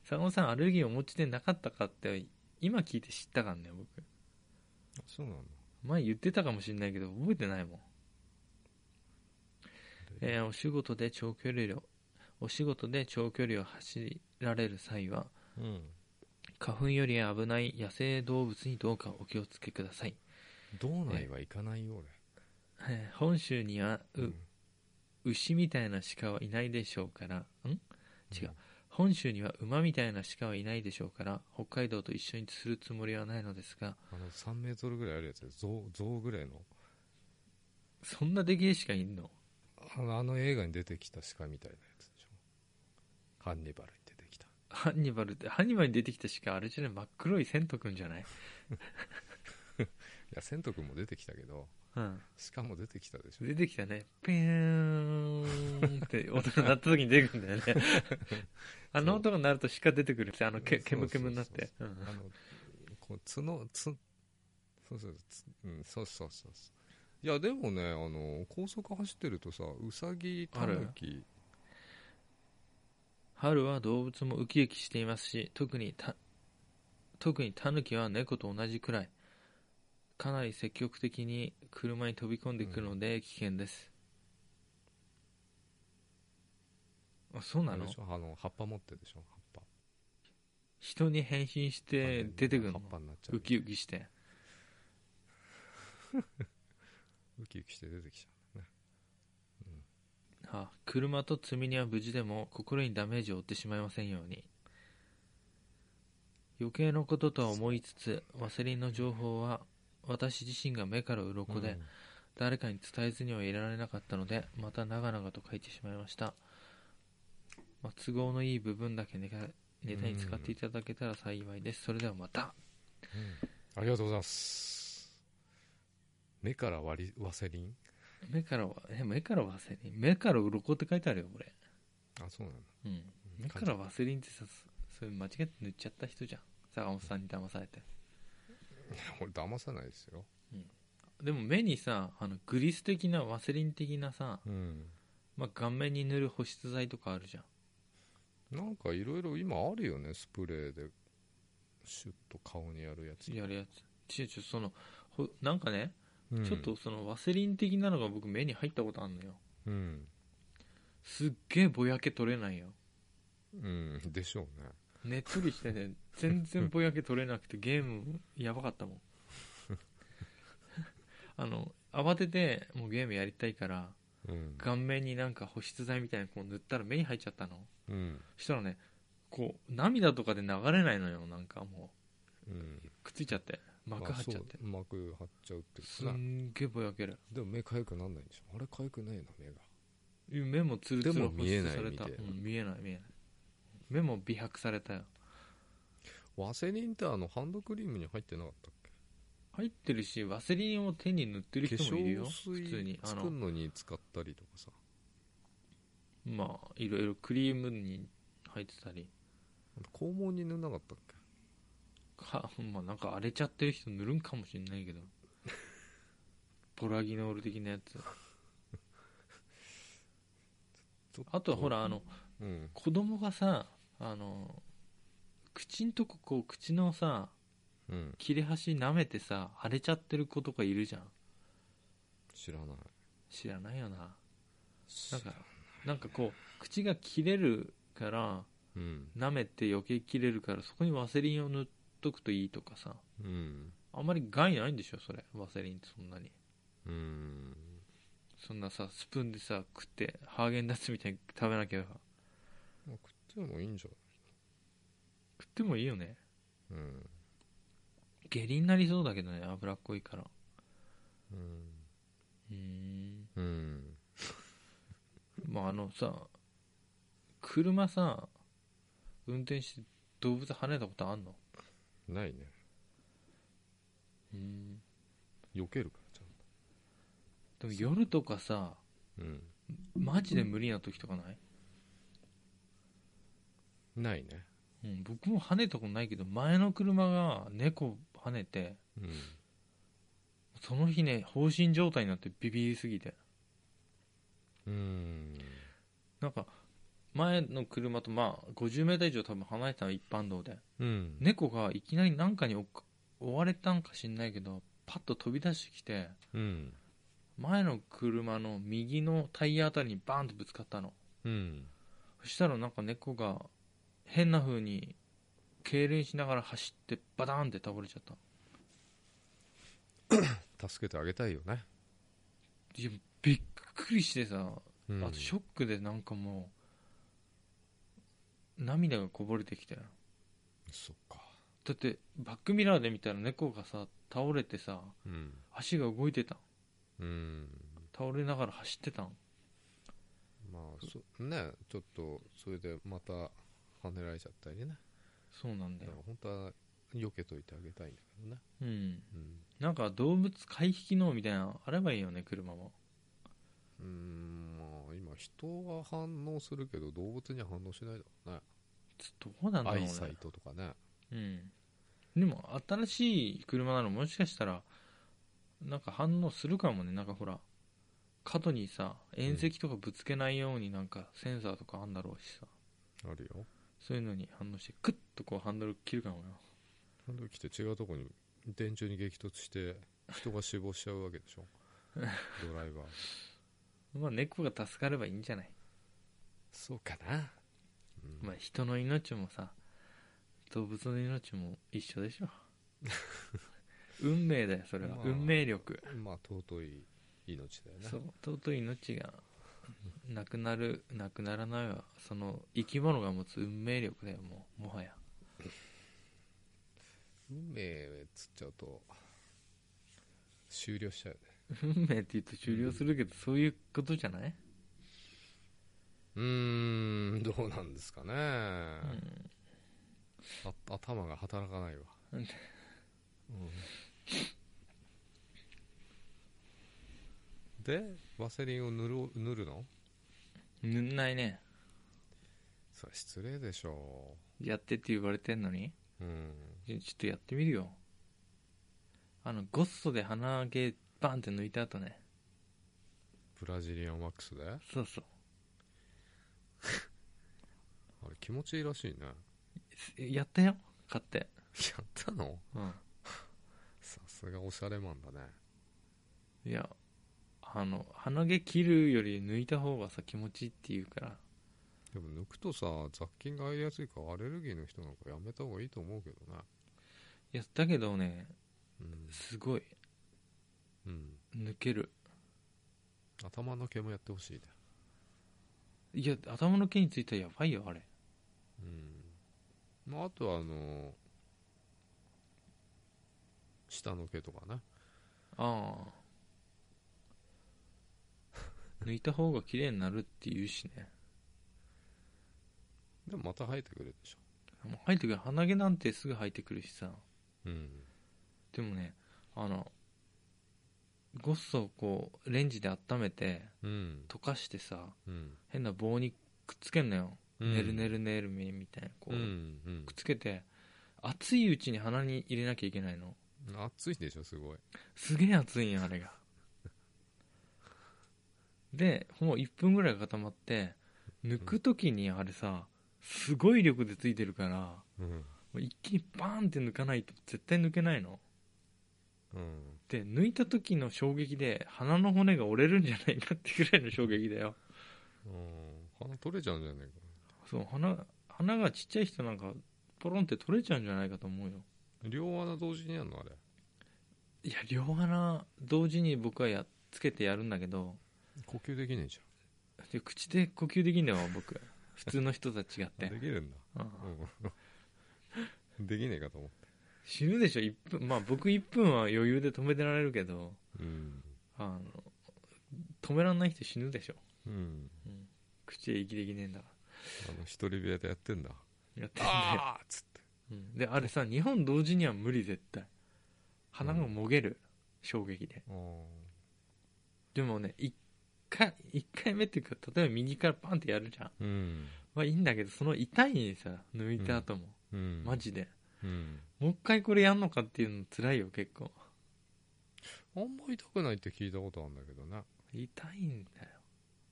Speaker 2: 坂本さんアレルギーをお持ちでなかったかって今聞いて知ったからね僕
Speaker 1: そうなんだ
Speaker 2: 前言ってたかもしれないけど覚えてないもん、えーお仕事で長距離をお仕事で長距離を走られる際は
Speaker 1: うん
Speaker 2: 花粉より危ない野生動物にどうかお気をつけください、
Speaker 1: 道内はいかないよ俺、
Speaker 2: えー本州にはう、
Speaker 1: うん
Speaker 2: 牛みたいな鹿はいないでしょうからん違う本州には馬みたいな鹿はいないでしょうから北海道と一緒にするつもりはないのですが
Speaker 1: あの3メートルぐらいあるやつ象象ぐらいの
Speaker 2: そんなでけえ鹿いんの
Speaker 1: あのあの映画に出てきた鹿みたいなやつでしょハンニバルに出てきた
Speaker 2: ハンニバルってハンニバルに出てきた鹿あれじゃない真っ黒いセントくんじゃない
Speaker 1: いや千斗君も出てきたけど
Speaker 2: うん
Speaker 1: 鹿も出てきたでしょ
Speaker 2: 出てきたねピューン って音が鳴った時に出てくるんだよねあの音が鳴ると鹿出てくるってあのけ
Speaker 1: そう
Speaker 2: けむけむになってうん
Speaker 1: あのこう角つそうそうつうんそうそうそうそういやでもねあの高速走ってるとさウサギタヌキ
Speaker 2: 春は動物もウキウキしていますし特にた特にタヌキは猫と同じくらいかなり積極的に車に飛び込んでくるので危険です、あそう
Speaker 1: あ
Speaker 2: な
Speaker 1: れ
Speaker 2: の
Speaker 1: でしょあの葉っぱ持ってるでしょ葉っぱ
Speaker 2: 人に変身して出てく
Speaker 1: 葉
Speaker 2: るの
Speaker 1: っぱになっちゃう
Speaker 2: ウキウキして
Speaker 1: ウキウキして出てきちゃうんだね
Speaker 2: あ車と積み荷は無事でも心にダメージを負ってしまいませんように余計なこととは思いつつワセリンの情報は私自身が目から鱗で、
Speaker 1: うん
Speaker 2: 誰かに伝えずにはいられなかったのでまた長々と書いてしまいました、まあ、都合のいい部分だけネタネタに使っていただけたら幸いですそれではまた
Speaker 1: ありがとうございます目から割りワセリン
Speaker 2: 目からはえ目からワセリン目から鱗って書いてあるよこれ、
Speaker 1: あそうなんだ
Speaker 2: うん、目からワセリンってさそれ間違って塗っちゃった人じゃん坂本さんに騙されて
Speaker 1: 俺騙さないですよ
Speaker 2: でも目にさあのグリス的なワセリン的なさ、
Speaker 1: うん
Speaker 2: まあ、顔面に塗る保湿剤とかあるじゃん
Speaker 1: なんかいろいろ今あるよねスプレーでシュッと顔にやるやつ
Speaker 2: やるやつ違う違うそのほなんかね
Speaker 1: うん
Speaker 2: ちょっとそのワセリン的なのが僕目に入ったことあるのよ
Speaker 1: うん、
Speaker 2: すっげえぼやけ取れないよ
Speaker 1: うん、でしょうね
Speaker 2: ねっとりしてね全然ぼやけ取れなくてゲームやばかったも んあの慌ててもうゲームやりたいから
Speaker 1: うん、
Speaker 2: 顔面になんか保湿剤みたいなこう塗ったら目に入っちゃったの
Speaker 1: うん
Speaker 2: そしたらねこう涙とかで流れないのよなんかも
Speaker 1: うん、
Speaker 2: うくっついちゃって膜張っちゃって
Speaker 1: まあそう膜張っちゃうってこと
Speaker 2: す
Speaker 1: なん
Speaker 2: げえぼやける
Speaker 1: でも目かゆくなんないんでしょあれかゆくないな目が
Speaker 2: 目もつるつ
Speaker 1: で
Speaker 2: る
Speaker 1: も
Speaker 2: 保湿さ
Speaker 1: 見えな
Speaker 2: れ
Speaker 1: いみ
Speaker 2: た
Speaker 1: たいな
Speaker 2: うん見えない見えない目も美白されたよ
Speaker 1: ワセリンってあのハンドクリームに入ってなかったっ
Speaker 2: 入ってるしワセリンを手に塗ってる
Speaker 1: け化
Speaker 2: 人もいるよ
Speaker 1: 粧
Speaker 2: 普通
Speaker 1: 水
Speaker 2: にあ
Speaker 1: 作る
Speaker 2: の
Speaker 1: のに使ったりとかさ
Speaker 2: まあいろいろクリームに入ってたり
Speaker 1: あと肛門に塗んなかったっけ
Speaker 2: かまあなんか荒れちゃってる人塗るんかもしれない けどボラギノール的なやつ
Speaker 1: ちょっ
Speaker 2: あとはほらあの
Speaker 1: うん
Speaker 2: 子供がさあの口んとここう口のさ
Speaker 1: うん
Speaker 2: 切れ端舐めてさ荒れちゃってる子とかいるじゃん
Speaker 1: 知らない
Speaker 2: 知らないよななんかなんかこう口が切れるから
Speaker 1: うん
Speaker 2: 舐めて余計切れるからそこにワセリンを塗っとくといいとかさ
Speaker 1: うん
Speaker 2: あんまり害ないんでしょそれワセリンってそんなに
Speaker 1: うん
Speaker 2: そんなさスプーンでさ食ってハーゲンダッツみたいに食べなきゃ食
Speaker 1: まあ食ってもいいんじ
Speaker 2: ってもいいよね
Speaker 1: ゃないうん
Speaker 2: 下痢になりそうだけどね脂っこいから
Speaker 1: うん
Speaker 2: うーん
Speaker 1: うん
Speaker 2: まああのさ車さ運転して動物跳ねたことあんの
Speaker 1: ないね
Speaker 2: うん
Speaker 1: 避けるからちゃんと
Speaker 2: でも夜とかさ
Speaker 1: うん
Speaker 2: マジで無理な時とかない
Speaker 1: ないね
Speaker 2: うん、僕も跳ねたことないけど前の車が猫跳ねて
Speaker 1: うん
Speaker 2: その日ね放心状態になってビビりすぎて
Speaker 1: うん
Speaker 2: なんか前の車とまあ 50m 以上多分離れてたの一般道で
Speaker 1: うん
Speaker 2: 猫がいきなり何かに追っか追われたんか知んないけどパッと飛び出してきて
Speaker 1: うん
Speaker 2: 前の車の右のタイヤあたりにバーンとぶつかったの
Speaker 1: うん
Speaker 2: そしたらなんか猫が変な風に痙攣しながら走ってバターンって倒れちゃった
Speaker 1: 助けてあげたいよね、
Speaker 2: いやびっくりしてさ
Speaker 1: うん、
Speaker 2: あとショックでなんかもう涙がこぼれてきたよ
Speaker 1: そっか
Speaker 2: だってバックミラーで見たら猫がさ倒れてさ
Speaker 1: うん
Speaker 2: 足が動いてた
Speaker 1: う
Speaker 2: ん
Speaker 1: ん
Speaker 2: 倒れながら走ってたん
Speaker 1: まあそねちょっとそれでまた跳ねられちゃったりね
Speaker 2: そうなんだ
Speaker 1: だか
Speaker 2: よ
Speaker 1: ら本当は避けといてあげたいんだけどね
Speaker 2: うんなんか動物回避機能みたいなのあればいいよね車も
Speaker 1: うんうんまあ今人は反応するけど動物には反応しないだろ
Speaker 2: ちょっとどうな
Speaker 1: う
Speaker 2: ん
Speaker 1: ね
Speaker 2: だろう
Speaker 1: アイ
Speaker 2: ね
Speaker 1: サイトとかね
Speaker 2: うんでも新しい車なのもしかしたらなんか反応するかもねなんかほら角にさ縁石とかぶつけないようになんかセンサーとかあんだろうしさ
Speaker 1: あるよ
Speaker 2: そういうのに反応してクッとこうハンドル切るかもよ
Speaker 1: ハンドル切って違うとこに電柱に激突して人が死亡しちゃうわけでし ょドライバー
Speaker 2: まあ猫が助かればいいんじゃない、
Speaker 1: そうかな、うん
Speaker 2: まあ人の命もさ動物の命も一緒でしょ 運命だよそれは、
Speaker 1: まあ
Speaker 2: 運命力
Speaker 1: まあ尊い命だよね
Speaker 2: そう尊い命がなくなるなくならないはその生き物が持つ運命力だよもうもはや
Speaker 1: 運命つっちゃうと終了しちゃうね
Speaker 2: 運命って言うと終了するけど、そういうことじゃない、
Speaker 1: うーんどうなんですかね、
Speaker 2: うん
Speaker 1: あ頭が働かないわ、
Speaker 2: うん
Speaker 1: でワセリンを塗る塗るの
Speaker 2: 塗んないね
Speaker 1: それ失礼でしょ
Speaker 2: やってって言われてんのに
Speaker 1: ううん
Speaker 2: ちょっとやってみるよあのゴッソで鼻毛バンって抜いた後ね
Speaker 1: ブラジリアンワックスであ
Speaker 2: そうそう
Speaker 1: れ気持ちいいらしいねや
Speaker 2: やったよ買って
Speaker 1: ったの
Speaker 2: うん
Speaker 1: さすがおしゃれマンだね
Speaker 2: いやあの鼻毛切るより抜いた方がさ気持ちいいって言うから
Speaker 1: でも抜くとさ雑菌が入りやすいからアレルギーの人なんかやめた方がいいと思うけどね
Speaker 2: いやだけどね
Speaker 1: うん、
Speaker 2: すごい
Speaker 1: うん、
Speaker 2: 抜ける
Speaker 1: 頭の毛もやってほしいね
Speaker 2: いや頭の毛についたらやばいよあれ
Speaker 1: うんまあ、あとはあの下の毛とかね
Speaker 2: ああ 抜いた方が綺麗になるって言うしね
Speaker 1: でもまた生えてくるでしょ
Speaker 2: もう生えてくる鼻毛なんてすぐ生えてくるしさ
Speaker 1: うん
Speaker 2: でもねあのゴッソをこうレンジで温めて
Speaker 1: うん
Speaker 2: 溶かしてさ
Speaker 1: うん
Speaker 2: 変な棒にくっつけんのよ、ねるね
Speaker 1: る
Speaker 2: るねるみみたいなこ
Speaker 1: う
Speaker 2: う、
Speaker 1: んうん
Speaker 2: くっつけて熱いうちに鼻に入れなきゃいけないの
Speaker 1: 熱いでしょすごい
Speaker 2: すげえ熱いんよあれがでもう1分ぐらい固まって抜く時にあれさすごい力でついてるからも
Speaker 1: うん
Speaker 2: う一気にバーンって抜かないと絶対抜けないの
Speaker 1: うん
Speaker 2: で抜いた時の衝撃で鼻の骨が折れるんじゃないかってぐらいの衝撃だよ
Speaker 1: うん鼻取れちゃうんじゃないか
Speaker 2: そう鼻鼻がちっちゃい人なんかポロンって取れちゃうんじゃないかと思うよ
Speaker 1: 両穴同時にやるのあれ
Speaker 2: いや両鼻同時に僕はやっつけてやるんだけど
Speaker 1: 呼吸できねえじ
Speaker 2: で口で呼吸できんだよ僕普通の人と違っ
Speaker 1: ゃん
Speaker 2: て
Speaker 1: できるんだ
Speaker 2: うん
Speaker 1: うん できねえかと思っ
Speaker 2: 死ぬでしょ1分まあ僕1分は余裕で止めてられるけど
Speaker 1: たうん
Speaker 2: あの止めらんない人死ぬでしょ
Speaker 1: うん
Speaker 2: 口で息できねえんだか
Speaker 1: あの一人部屋でやってんだ
Speaker 2: らやってん だよ、
Speaker 1: ああっつって
Speaker 2: うんであれさ2本同時には無理絶対鼻がもげる、衝撃で
Speaker 1: うん
Speaker 2: でもね1回一回目っていうか例えば右からパンってやるじゃん
Speaker 1: うん
Speaker 2: まあいいんだけどその痛いにさ抜いた後も、
Speaker 1: うん
Speaker 2: マジで
Speaker 1: うん
Speaker 2: もう一回これやんのかっていうの辛いよ結構
Speaker 1: あんまり痛くないって聞いたことあるんだけどね
Speaker 2: 痛いんだよ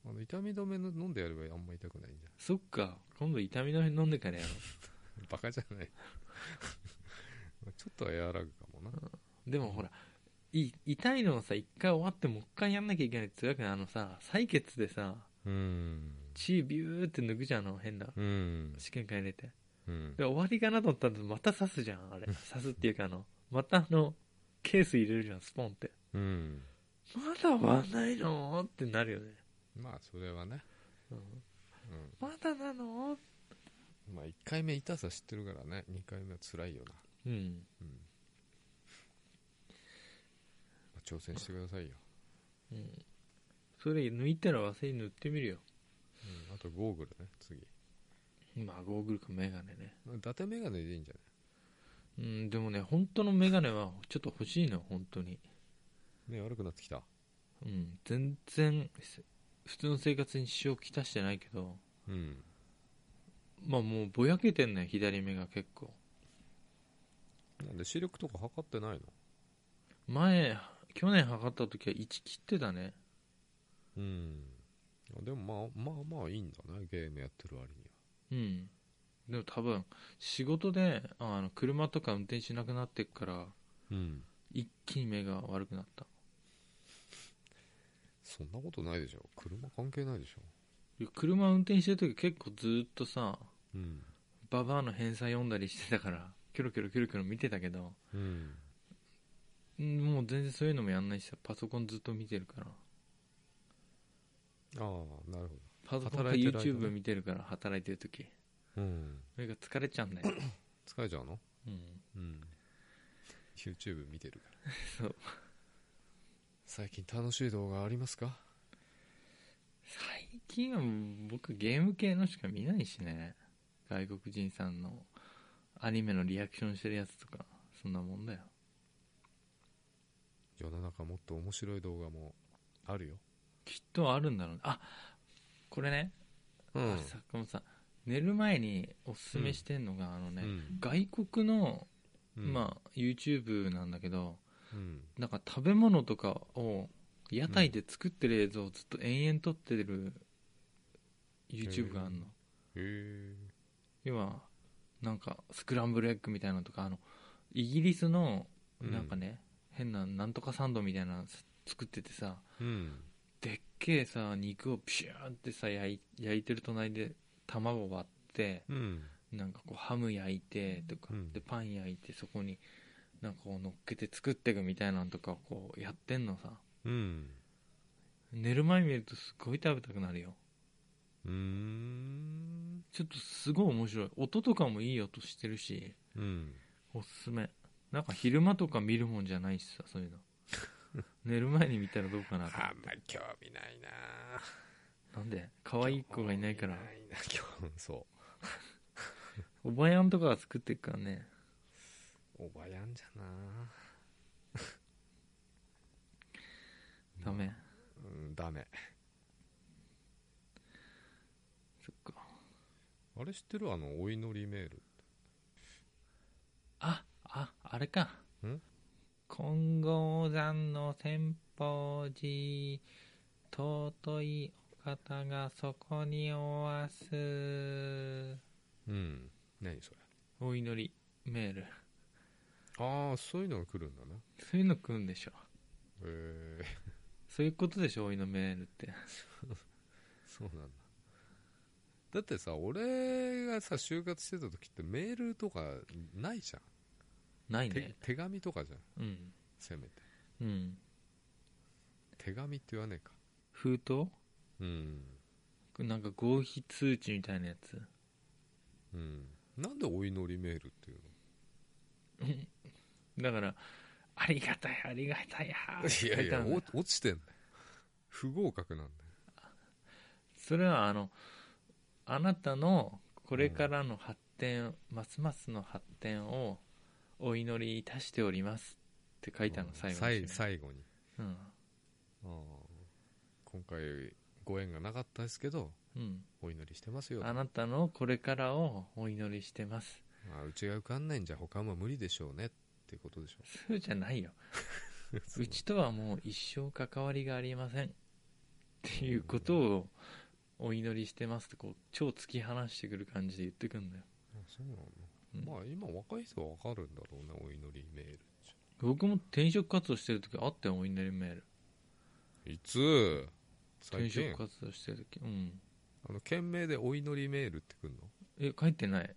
Speaker 1: あの痛み止めの飲んでやればあんまり痛くない んじゃ
Speaker 2: そっか今度痛み止め飲んでからやろ
Speaker 1: んバカじゃない ちょっとは和らぐかもな
Speaker 2: うでもほらい痛いのをさ一回終わってもう一回やんなきゃいけないって辛くないあのさ採血でさ
Speaker 1: うん
Speaker 2: 血ビューって抜くじゃんあの変な
Speaker 1: うん
Speaker 2: 試験会入れて
Speaker 1: うん
Speaker 2: で終わりかなと思ったらまた刺すじゃんあれ刺すっていうかあのまたあのケース入れるじゃんスポンって
Speaker 1: うん
Speaker 2: まだ終わんないのってなるよね、
Speaker 1: まあそれはね、
Speaker 2: うん
Speaker 1: うん
Speaker 2: まだなの
Speaker 1: まあ1回目痛さ知ってるからね2回目は辛いよな、
Speaker 2: うん
Speaker 1: うんまあ挑戦してくださいよ、
Speaker 2: うんそれ抜いたらワセリン塗ってみるよ
Speaker 1: うん、あとゴーグルね次
Speaker 2: まあゴーグルかメガネね
Speaker 1: 伊達メガネでいいんじゃ
Speaker 2: うんでもね本当のメガネはちょっと欲しいの本当に
Speaker 1: ない目悪くなってきた
Speaker 2: うん全然せ普通の生活に支障をきたしてないけど
Speaker 1: うん
Speaker 2: まあもうぼやけてんね左目が結構
Speaker 1: なんで視力とか測ってないの
Speaker 2: 前去年測った時は1切ってたね
Speaker 1: うんあでもまあまあまあいいんだねゲームやってる割には
Speaker 2: うんでも多分仕事でああの車とか運転しなくなってっから
Speaker 1: うん
Speaker 2: 一気に目が悪くなった
Speaker 1: そんなことないでしょ車関係ないでしょ
Speaker 2: いや車運転してる時結構ずーっとさ
Speaker 1: うん
Speaker 2: ババアの返済読んだりしてたからキョロキョロキョロキョロ見てたけど
Speaker 1: うん
Speaker 2: うんもう全然そういうのもやんないしさパソコンずっと見てるから
Speaker 1: ああなるほ
Speaker 2: パソコンか
Speaker 1: 働いてる間ね
Speaker 2: YouTube 見てるから働いてる時
Speaker 1: どうん
Speaker 2: それが疲れちゃうんだよ、
Speaker 1: 疲れちゃうの
Speaker 2: うん、
Speaker 1: うん YouTube 見てるから
Speaker 2: そう
Speaker 1: 最近楽しい動画ありますか
Speaker 2: 最近は僕ゲーム系のしか見ないしね外国人さんのアニメのリアクションしてるやつとかそんなもんだよ
Speaker 1: 世の中もっと面白い動画もあるよ
Speaker 2: きっとあるんだろうねあこれね、
Speaker 1: う
Speaker 2: あ坂本さん寝る前におすすめしてんのが、あのね、
Speaker 1: ん
Speaker 2: 外国の、
Speaker 1: うん
Speaker 2: まあ、YouTube なんだけど
Speaker 1: うん
Speaker 2: なんか食べ物とかを屋台で作ってる映像をずっと延々撮ってる YouTube があるの、
Speaker 1: へえ
Speaker 2: 今なんかスクランブルエッグみたいなのとかあのイギリスの
Speaker 1: うん
Speaker 2: なんかね、変ななんとかサンドみたいなの作っててさ
Speaker 1: うん
Speaker 2: でっけえさ肉をピシューンってさ焼い焼いてる隣で卵割って
Speaker 1: うん
Speaker 2: なんかこうハム焼いてとか、
Speaker 1: うん
Speaker 2: でパン焼いてそこになんかこう乗っけて作っていくみたいなのとかをこうやってんのさ
Speaker 1: うん
Speaker 2: 寝る前見るとすごい食べたくなるよ
Speaker 1: うーん
Speaker 2: ちょっとすごい面白い音とかもいい音してるし
Speaker 1: うん
Speaker 2: おすすめなんか昼間とか見るもんじゃないしさそういうの 寝る前に見たらどうかなと
Speaker 1: あんまり興味ないな
Speaker 2: なんで可愛い子がいないから
Speaker 1: 興味ないな興味そ
Speaker 2: おばやんとかが作ってるからね
Speaker 1: うおばやんじゃな
Speaker 2: ダメ
Speaker 1: うんダメ
Speaker 2: そっか
Speaker 1: あれ知ってるあのお祈りメール
Speaker 2: あああれか
Speaker 1: ん
Speaker 2: 金剛山の先方寺尊いお方がそこにおわす
Speaker 1: うん何それ
Speaker 2: お祈りメール
Speaker 1: ああそういうのが来るんだね
Speaker 2: そういうの来るんでしょ
Speaker 1: へえ
Speaker 2: そういうことでしょお祈りメールって
Speaker 1: そうなんだだってさ俺がさ就活してた時ってメールとかないじゃん
Speaker 2: ない
Speaker 1: 手
Speaker 2: ね
Speaker 1: 手紙とかじゃん
Speaker 2: うん
Speaker 1: せめて
Speaker 2: うん
Speaker 1: 手紙って言わねえか
Speaker 2: 封筒
Speaker 1: うん
Speaker 2: なんか合否通知みたいなやつ
Speaker 1: うんなんでお祈りメールっていう
Speaker 2: だから「ありがたいありがたいや」って書
Speaker 1: のい
Speaker 2: い
Speaker 1: や
Speaker 2: てある
Speaker 1: い
Speaker 2: んだ
Speaker 1: や
Speaker 2: よ
Speaker 1: お落ちてんだよ不合格なんだよ
Speaker 2: それはあのあなたのこれからの発展、ますますの発展をお祈りいたしておりますって書いたの
Speaker 1: うん
Speaker 2: 最後
Speaker 1: さい
Speaker 2: に、
Speaker 1: 最後に
Speaker 2: うん、
Speaker 1: ああ今回ご縁がなかったですけど
Speaker 2: うん、
Speaker 1: お祈りしてますよ
Speaker 2: あなたのこれからをお祈りしてます
Speaker 1: まあうちが受かんないんじゃ他も無理でしょうねっていうことでしょ
Speaker 2: そうじゃないようちとはもう一生関わりがありませんっていうことをお祈りしてますってこう超突き放してくる感じで言ってくんだよ、
Speaker 1: あそうなの、ま
Speaker 2: うん
Speaker 1: あ今若い人は分かるんだろうねお祈りメール
Speaker 2: 僕も転職活動してる時あったよお祈りメール
Speaker 1: いつ最
Speaker 2: 転
Speaker 1: 近
Speaker 2: 職活動してる時うん
Speaker 1: あの件名でお祈りメールってく んの
Speaker 2: え書いてない、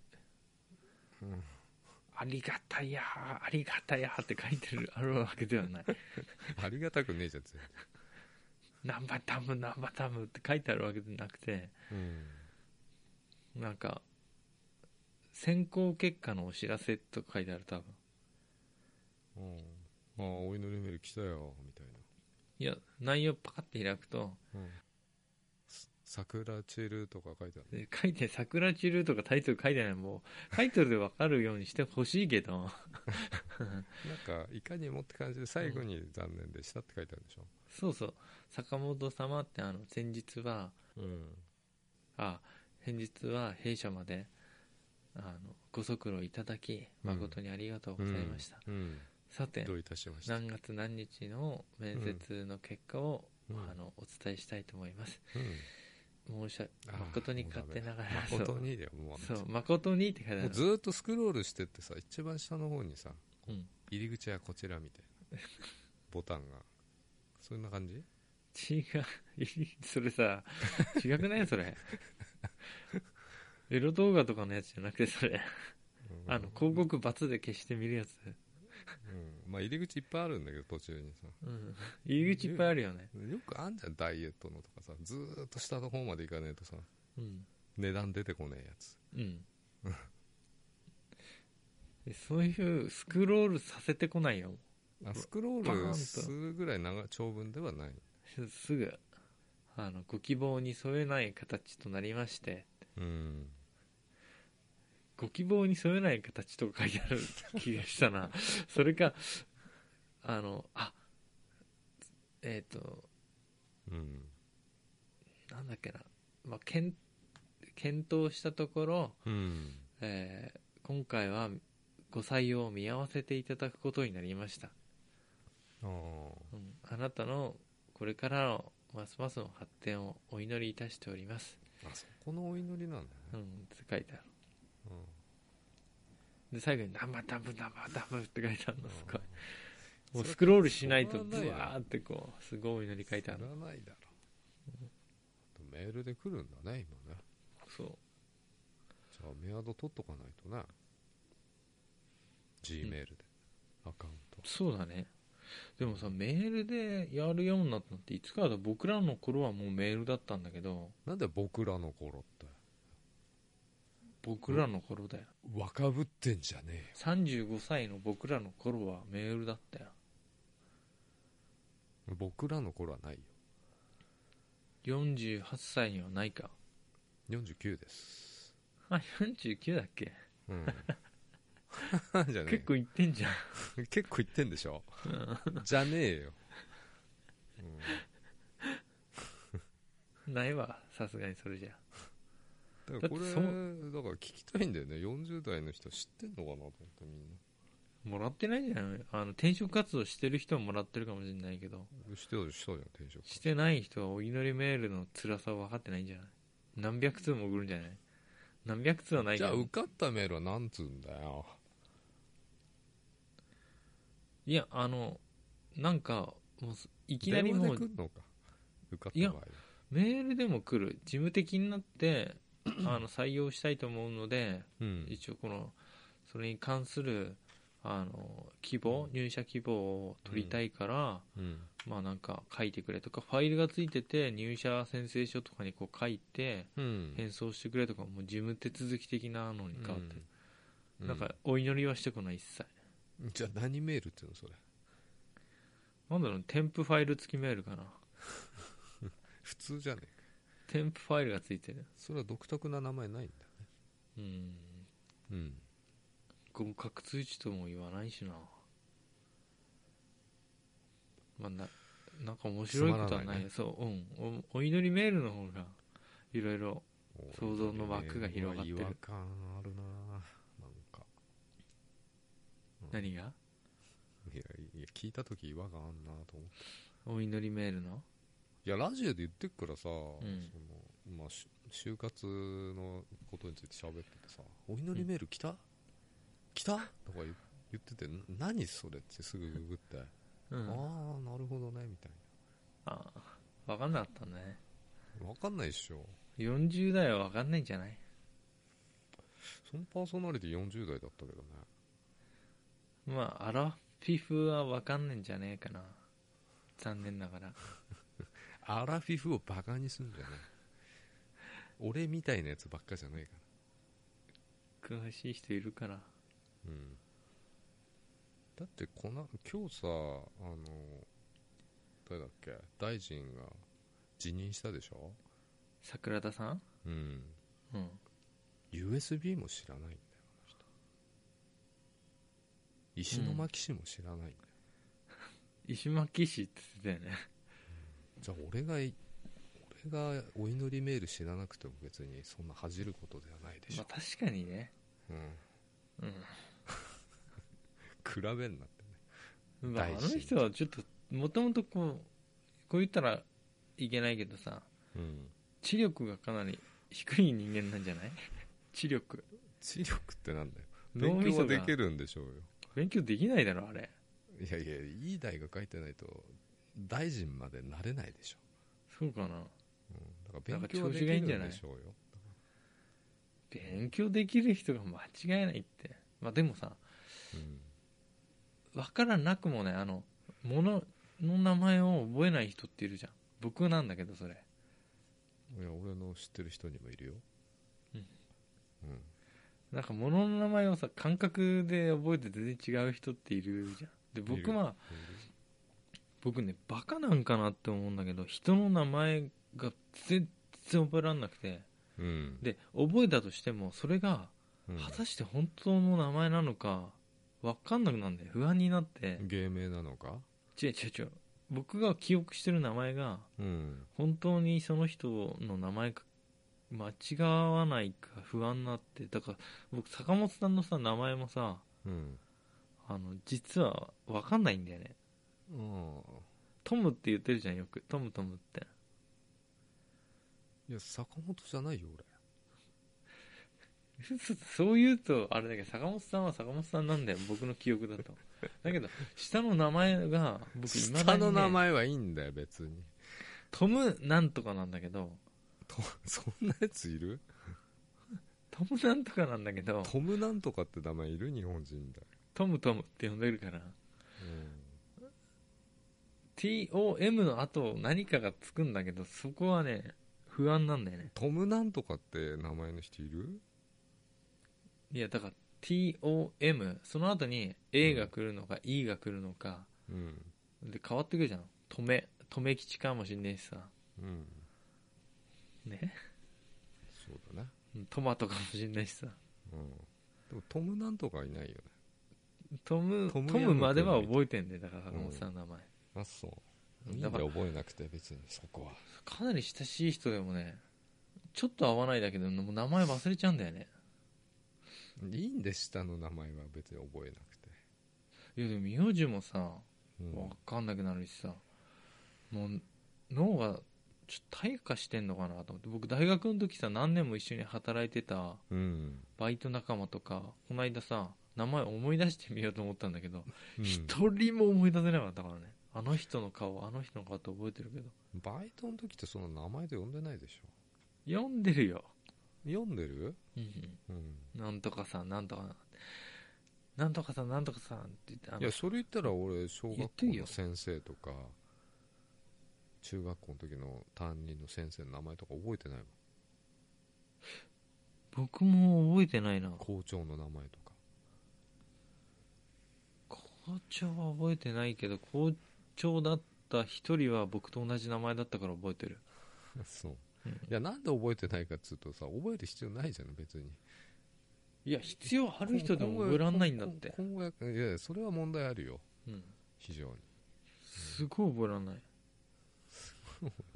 Speaker 1: うん
Speaker 2: ありがたやーありがたやーって書いてるあるわけではない
Speaker 1: ありがたくねえじゃん全
Speaker 2: ナンバタムナンバタムって書いてあるわけじゃなくて
Speaker 1: 然
Speaker 2: なんか選考結果のお知らせとか書いてある多分
Speaker 1: うん、うん、ああお祈りメール来たよみたい
Speaker 2: いや内容パカって開くと
Speaker 1: な、うん、す桜チルとか書いてある
Speaker 2: で書いて「桜散る」とかタイトル書いてないもうタイトルで分かるようにしてほしいけど
Speaker 1: なんかいかにもって感じで最後に残念でしたって書いてあるでしょ
Speaker 2: そうそう坂本様ってあの前日は
Speaker 1: うん
Speaker 2: あ先日は弊社まであのご足労いただき誠にありがとうございました、
Speaker 1: うん、
Speaker 2: さて
Speaker 1: どういたしました
Speaker 2: 何月何日の面接の結果を、
Speaker 1: うん
Speaker 2: あのお伝えしたいと思います
Speaker 1: うん
Speaker 2: 申し訳
Speaker 1: あー
Speaker 2: 誠に勝手ながら
Speaker 1: もうダメだ誠にだよもう
Speaker 2: そうそう誠にって書いてある
Speaker 1: もうずーっとスクロールしてってさ一番下の方にさ
Speaker 2: うん
Speaker 1: 入り口はこちらみたいなボタンがそんな感じ
Speaker 2: 違う それさ違くないそれ エロ動画とかのやつじゃなくてそれあの広告罰で消して見るやつ、
Speaker 1: うんまあ入り口いっぱいあるんだけど途中にさ
Speaker 2: うん、入り口いっぱいあるよね、
Speaker 1: よくあんじゃんダイエットのとかさずーっと下の方まで行かねえとさ
Speaker 2: うん
Speaker 1: 値段出てこねえやつ
Speaker 2: うんでそういうスクロールさせてこないよ
Speaker 1: あスクロ
Speaker 2: バー
Speaker 1: ー
Speaker 2: ンと
Speaker 1: ルするぐらい長長文ではない
Speaker 2: すすぐあのご希望に添えない形となりまして
Speaker 1: うん
Speaker 2: ご希望に添えない形とか書いてある気がし たなそれかあのあえっ、と
Speaker 1: うん
Speaker 2: なんだっけな、まあ、検検討したところ、
Speaker 1: うん
Speaker 2: えー今回はご採用を見合わせていただくことになりました
Speaker 1: ああ
Speaker 2: うんあなたのこれからのますますの発展をお祈りいたしております、
Speaker 1: あそこのお祈りなんだ
Speaker 2: う
Speaker 1: ね
Speaker 2: ん、って書いてある
Speaker 1: うん
Speaker 2: で最後に「生ダブ生ダブ」って書いてあるのすごい
Speaker 1: うん
Speaker 2: もうスクロールしない
Speaker 1: それ
Speaker 2: とブ
Speaker 1: はないよ
Speaker 2: ワーってこうすごいお祈り書いてある
Speaker 1: 知らないだろメールで来るんだね今ね
Speaker 2: そ
Speaker 1: じゃあメアド取っとかないとね G メールで、アカウント
Speaker 2: うそうだねでもさメールでやるようになったのっていつからだ僕らの頃はもうメールだったんだけど
Speaker 1: なんで僕らの頃って
Speaker 2: 僕らの頃だよ
Speaker 1: 若ぶってんじゃねえよ
Speaker 2: 35歳の僕らの頃はメールだったよ
Speaker 1: 僕らの頃はない
Speaker 2: 48歳にはないか
Speaker 1: よ49です
Speaker 2: あ49だっけ
Speaker 1: うんじゃねえ
Speaker 2: 結構いってんじゃん
Speaker 1: 結構言ってんでしょじゃねえよ、うん
Speaker 2: ないわさすがにそれじゃ
Speaker 1: だからこ
Speaker 2: だっ
Speaker 1: れだ
Speaker 2: てそ
Speaker 1: から
Speaker 2: う
Speaker 1: 聞きたいんだよね40代の人知ってんのかなと思ってみん
Speaker 2: もらってないんじゃないあの転職活動してる人はもらってるかもしれないけど
Speaker 1: なしてたしたじゃん転職
Speaker 2: してない人はお祈りメールの辛さを分かってないんじゃない何百通も送るんじゃない何百通はない
Speaker 1: じ
Speaker 2: け
Speaker 1: ゃあ
Speaker 2: ど
Speaker 1: 受かったメールは何つうんだよ
Speaker 2: いやあのなんかもうすいきなり
Speaker 1: 電
Speaker 2: も
Speaker 1: 話
Speaker 2: う
Speaker 1: で来んのか受かっ
Speaker 2: いや
Speaker 1: た場合
Speaker 2: メールでも来る事務的に なってあの採用したいと思うので
Speaker 1: うん
Speaker 2: 一応このそれに関するあの希望入社希望を取りたいから、
Speaker 1: うん
Speaker 2: まあなんか書いてくれとかファイルがついてて入社宣誓書とかにこう書いて
Speaker 1: うん
Speaker 2: 返送してくれとかもう事務手続き的なのに変わって、
Speaker 1: う
Speaker 2: なんかお祈りはしてこない一切
Speaker 1: じゃあ何メールっていうのそれ
Speaker 2: なんだろう添付ファイル付きメールかな
Speaker 1: 普通じゃねえか
Speaker 2: 添付ファイルがついてる
Speaker 1: それは独特な名前ないんだ
Speaker 2: うん
Speaker 1: うん
Speaker 2: 合格通知とも言わないしなまあななんか面白いこと
Speaker 1: つま
Speaker 2: はない
Speaker 1: らないね
Speaker 2: そううんおお祈りメールの方がいろいろ想像の枠が広がってる
Speaker 1: 違和感あるななんか
Speaker 2: 何が
Speaker 1: いやいや聞いた時違和感あんなと思って
Speaker 2: お祈りメールの
Speaker 1: いやラジオで言ってっからさ、そ
Speaker 2: ん
Speaker 1: のまあ、し就活のことについて喋っててさ「お祈りメール来た来た?」とか言言ってて「な何それ?」ってすぐググって、
Speaker 2: うんあ
Speaker 1: ああなるほどねみたい
Speaker 2: あ分かんなかったね
Speaker 1: な分かんないっしょ
Speaker 2: 40代は分かんないんじゃない
Speaker 1: そのパーソナリティ40代だったけどね
Speaker 2: まあアラフィフは分かんないんじゃねえかな残念ながら
Speaker 1: アラフィフをバカにすんじゃない俺みたいなやつばっかじゃないか
Speaker 2: 詳しい人いるから
Speaker 1: らうんだってこな今日さあの誰だっけ大臣が辞任したでしょ
Speaker 2: 桜田さん
Speaker 1: うん
Speaker 2: うん
Speaker 1: USB も知らないんだよあの人石巻市も知らないんだよ、
Speaker 2: 石巻市って言ってたよね
Speaker 1: じゃあ俺がい俺がお祈りメール知らなくても別にそんな恥じることではないでし
Speaker 2: ま
Speaker 1: ょ
Speaker 2: あ、確かにねう
Speaker 1: うん、比べんなってね
Speaker 2: ん、まあ、あ
Speaker 1: 大事
Speaker 2: の人はちょっともともとこうこう言ったらいけないけどさ
Speaker 1: うん
Speaker 2: 知力がかなり低い人間なんじ ゃない知力
Speaker 1: 知力ってなんだよ
Speaker 2: 脳
Speaker 1: 勉
Speaker 2: み
Speaker 1: 強は
Speaker 2: そ
Speaker 1: で
Speaker 2: が
Speaker 1: きるんでしょうよ
Speaker 2: 勉強できないだろあれ
Speaker 1: いやいやいい大学入ってないと大臣までなれないでしょ、
Speaker 2: そうかな
Speaker 1: うん、だから
Speaker 2: なんか
Speaker 1: 勉強は
Speaker 2: 調
Speaker 1: で
Speaker 2: 子
Speaker 1: き
Speaker 2: がい
Speaker 1: る
Speaker 2: いん
Speaker 1: ん
Speaker 2: じゃない
Speaker 1: でしょうよ
Speaker 2: 勉強できる人が間違いないってまあでもさ
Speaker 1: うん
Speaker 2: 分からなくもねあの物の名前を覚えない人っているじゃん僕なんだけどそれ
Speaker 1: いや俺の知ってる人にもいるよ
Speaker 2: うん、
Speaker 1: うん、
Speaker 2: なんか物の名前をさ感覚で覚えて全然違う人っているじゃんで
Speaker 1: い
Speaker 2: 僕
Speaker 1: る
Speaker 2: は僕ねバカなんかなって思うんだけど人の名前が全然覚えらんなくて
Speaker 1: うん
Speaker 2: で覚えたとしてもそれが
Speaker 1: うん
Speaker 2: 果たして本当の名前なのか分かんなくなるんで不安になって
Speaker 1: 芸名なのか
Speaker 2: 違う違う違う僕が記憶してる名前が
Speaker 1: うん
Speaker 2: 本当にその人の名前か間違わないか不安になってだから僕坂本さんのさ名前もさ
Speaker 1: うん
Speaker 2: あの実は分かんないんだよね
Speaker 1: ああ
Speaker 2: トムって言ってるじゃんよくトムトムって
Speaker 1: いや坂本じゃないよ俺
Speaker 2: そう言うとあれだけど坂本さんは坂本さんなんだよ僕の記 憶だとだけど下の名前が僕今だ
Speaker 1: 下
Speaker 2: に、ね、
Speaker 1: の名前はいいんだよ別に
Speaker 2: トムなんとかなんだけど
Speaker 1: とそんなやついる
Speaker 2: トムなんとかなんだけど
Speaker 1: トムなんとかって名前いる日本人だよ、
Speaker 2: トムトムって呼んでるから
Speaker 1: うん、
Speaker 2: TOM の後何かがつくんだけどそこはね不安なんだよね
Speaker 1: トムなんとかって名前の人いる
Speaker 2: いやだから TOM その後に A が来るのか E が来るのか
Speaker 1: うん
Speaker 2: で変わってくるじゃん止め止め吉かもしんねえしさ
Speaker 1: うん
Speaker 2: ね
Speaker 1: そうだね
Speaker 2: トマトかもしんないしさ
Speaker 1: うんでもトムなんとかいないよね
Speaker 2: トム
Speaker 1: ト
Speaker 2: ト
Speaker 1: ムヤ
Speaker 2: ム
Speaker 1: ムクン
Speaker 2: までは覚えてんだよだから坂本さんの名前、
Speaker 1: あそういいんだ
Speaker 2: だから
Speaker 1: よ覚えなくて別にそこは
Speaker 2: かなり親しい人でもねちょっと合わないだけどもう名前忘れちゃうんだよね
Speaker 1: いいんで下の名前は別に覚えなくて、
Speaker 2: いやでも名字もさ
Speaker 1: うん
Speaker 2: 分かんなくなるしさもう脳がちょっと退化してんのかなと思って僕大学の時さ何年も一緒に働いてた
Speaker 1: うん
Speaker 2: バイト仲間とかこの間さ名前思い出してみようと思ったんだけど
Speaker 1: うん
Speaker 2: 一、人も思い出せなかったからねあの人の顔あの人の顔って覚えてるけど
Speaker 1: バイトの時ってその名前で呼んでないでしょ
Speaker 2: 読んでるよ、
Speaker 1: 読んでる
Speaker 2: うん
Speaker 1: うん
Speaker 2: なんとかさんなんとかなんとかさんなんとかさんって言ってあの
Speaker 1: いやそれ言ったら俺小学
Speaker 2: 言っ
Speaker 1: 校
Speaker 2: ていい
Speaker 1: の
Speaker 2: よ
Speaker 1: 先生とか中学校の時の担任の先生の名前とか覚えてないもん
Speaker 2: 僕も覚えてないな
Speaker 1: 校長の名前とか
Speaker 2: 校長は覚えてないけど校長だった一人は僕と同じ名前だったから覚えてる
Speaker 1: そう
Speaker 2: うん
Speaker 1: いやなんで覚えてないかっつうとさ覚える必要ないじゃん別に
Speaker 2: いや必要ある人でも覚えらんないんだって、
Speaker 1: 今後やいやいやそれは問題あるよ
Speaker 2: うん、
Speaker 1: 非常に
Speaker 2: すごい覚えらんない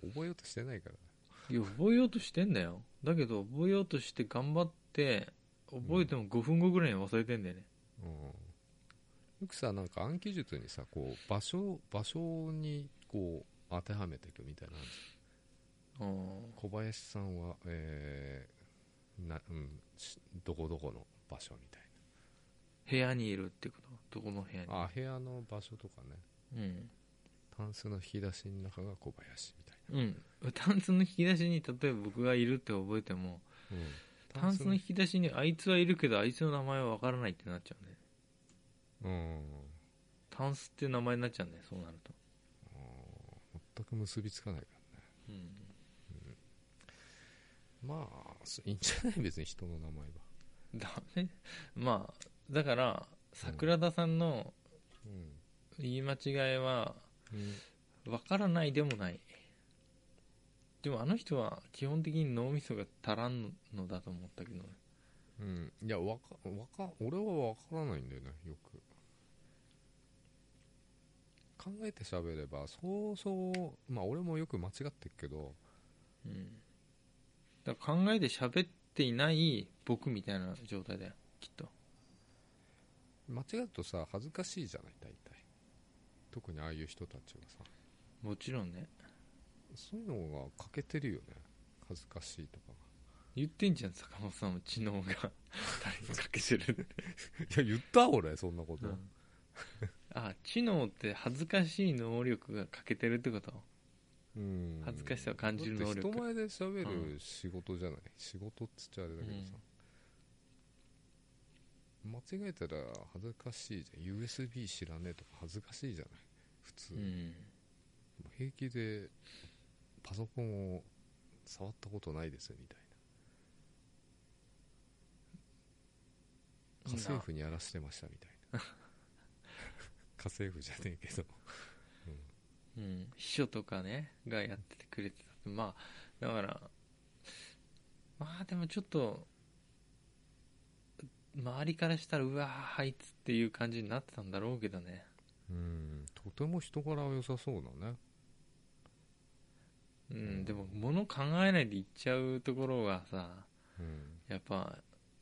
Speaker 1: 覚えようとしてないから
Speaker 2: いや覚えようとしてんだよだけど覚えようとして頑張って覚えても5分後ぐらいに忘れてんだよね、
Speaker 1: うん、よくさなんか暗記術にさこう場所場所にこう当てはめていくみたいなのあるじ
Speaker 2: うん
Speaker 1: ゃん小林さんは、えーなうん、しどこどこの場所みたい
Speaker 2: 部屋にいるってことどこの部屋に
Speaker 1: なあ部屋の場所とかね
Speaker 2: うん
Speaker 1: タンスの引き出しの中が小林みたい
Speaker 2: うんタンスの引き出しに例えば僕がいるって覚えても
Speaker 1: な、うん、
Speaker 2: タンスの引き出しにあいつはいるけどあいつの名前はわからないってなっちゃうね
Speaker 1: うん
Speaker 2: タンスって名前になっちゃうねそうなると
Speaker 1: 全く結びつかないからね
Speaker 2: うん
Speaker 1: まあすいいんじゃない別に人の名前は、
Speaker 2: ダメまあだから桜田さんの
Speaker 1: う
Speaker 2: 言い間違いは
Speaker 1: ん
Speaker 2: わからないでもないでもあの人は基本的に脳みそが足らんのだと思ったけど
Speaker 1: うん、いやわかわか俺は分からないんだよねよく考えて喋ればそうそうまあ俺もよく間違ってるけど
Speaker 2: うんだから考えて喋っていない僕みたいな状態だよきっと
Speaker 1: 間違うとさ恥ずかしいじゃない大体特にああいう人たちはさ
Speaker 2: もちろんね
Speaker 1: そういうのが欠けてるよね恥ずかしいとか
Speaker 2: 言ってんじゃん坂本さんも知 能が誰にかけてるって、
Speaker 1: がいや言った俺そんなこと、
Speaker 2: あ知能って恥ずかしい能力が欠けてるってこと
Speaker 1: うん
Speaker 2: 恥ずかしさを感じる能力
Speaker 1: だって人前で喋る仕事じゃない、仕事っつっちゃあれだけどさ、間違えたら恥ずかしいじゃん USB 知らねえとか恥ずかしいじゃない普通、
Speaker 2: うん
Speaker 1: 平気でパソコンを触ったことないですみたいな家政婦にやらせてましたみたいな家政婦じゃねえけど
Speaker 2: うん、秘書とかねがやっててくれてたってまあだからまあでもちょっと周りからしたらうわーあいつっていう感じになってたんだろうけどね
Speaker 1: うんとても人柄は良さそうだね
Speaker 2: うん、
Speaker 1: うん
Speaker 2: でも物考えないで行っちゃうところがさ
Speaker 1: うん
Speaker 2: やっぱ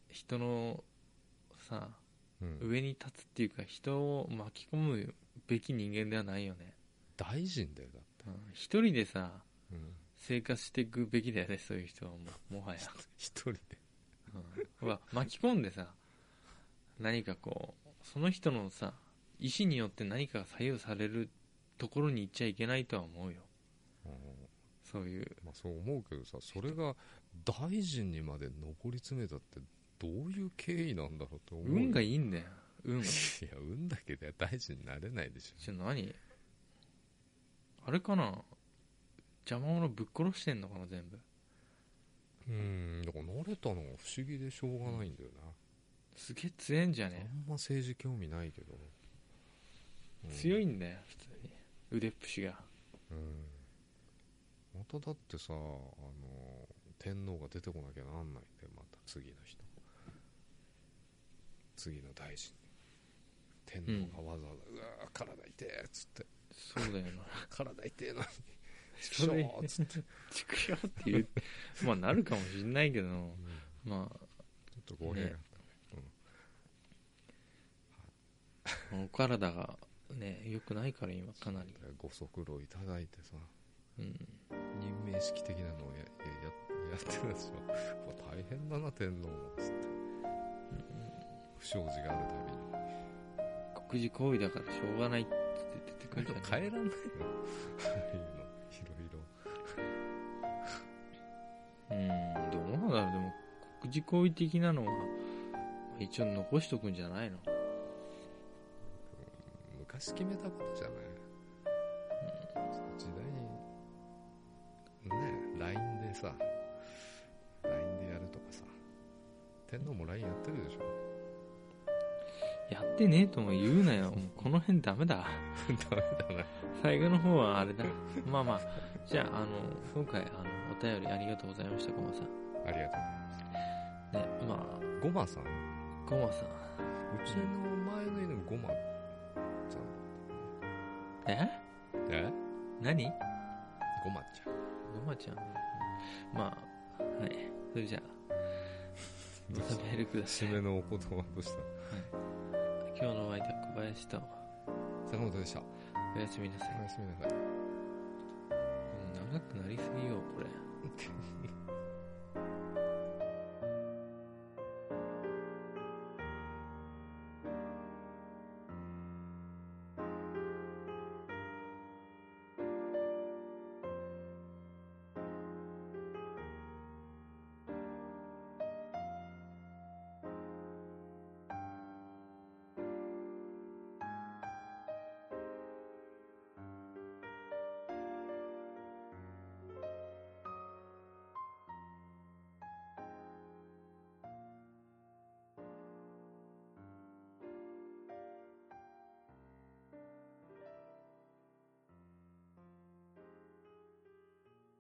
Speaker 2: 人のさ
Speaker 1: うん
Speaker 2: 上に立つっていうか人を巻き込むべき人間ではないよね、
Speaker 1: 大臣だよだって、
Speaker 2: うん、一人でさ
Speaker 1: うん、
Speaker 2: 生活していくべきだよねそういう人はもうもはや
Speaker 1: 一人で
Speaker 2: うん、は巻き込んでさ何かこうその人のさ意思によって何かが左右されるところに行っちゃいけないとは思うよそういう
Speaker 1: まあそう思うけどさそれが大臣にまで上り詰めたってどういう経緯なんだろうって思うよ
Speaker 2: 運が
Speaker 1: い
Speaker 2: いいんだよ運が
Speaker 1: や運だけでは大臣になれないでし
Speaker 2: ちょ何あれかな邪魔者ぶっ殺してんのかな全部
Speaker 1: ょうんだから慣れたのが不思議でしょうがないんだよ
Speaker 2: すげえ強えんじゃ
Speaker 1: な、
Speaker 2: ね
Speaker 1: あんま政治興味ないけど、
Speaker 2: 強
Speaker 1: い
Speaker 2: いんだよ普通に腕っぷしが
Speaker 1: うんまただってさあの天皇が出てこなきゃなんないんだよまた次の人次の大臣天皇がわざわざ「うわー体痛え」っつって
Speaker 2: そうだよな
Speaker 1: 「体痛えのに畜
Speaker 2: それ
Speaker 1: 生」っつ って、
Speaker 2: 畜生って言うまあなるかもしんないけどまあ
Speaker 1: ちょっと語弊があっ
Speaker 2: お体がね良くないから今かなり、
Speaker 1: たねご足労いただいてさ
Speaker 2: うん、
Speaker 1: 任命式的なのをややややってるでしょもう大変だな天皇もつって不祥事があるたびに
Speaker 2: 国事行為だからしょうがないって出てくるじゃな
Speaker 1: 変
Speaker 2: い
Speaker 1: えらんないのいいのいろいろ
Speaker 2: うんどうなんだろうでも国事行為的なのは一応残しとくんじゃないの
Speaker 1: 昔決めたことじゃない、時代にね LINE でさ LINE でやるとかさ天皇も LINE やってるでしょ
Speaker 2: やってねえとも言うなよもうこの辺ダメだ
Speaker 1: ダメだな
Speaker 2: 最後の方はあれだまあまあじゃああの今回あのお便りありがとうございましたごまさん
Speaker 1: ありがと
Speaker 2: ねま
Speaker 1: うごまさんう
Speaker 2: あごまさん
Speaker 1: ちの前の犬ごまちゃん
Speaker 2: え
Speaker 1: え
Speaker 2: 何
Speaker 1: ごまちゃん
Speaker 2: ごまちゃんまあはいそれじゃあまたメールくださ い
Speaker 1: 締めのお言葉とした
Speaker 2: 今日のお相手は小林と
Speaker 1: 坂本でした
Speaker 2: おやすみなさい
Speaker 1: おやすみなさい
Speaker 2: 長くなりすぎよこれ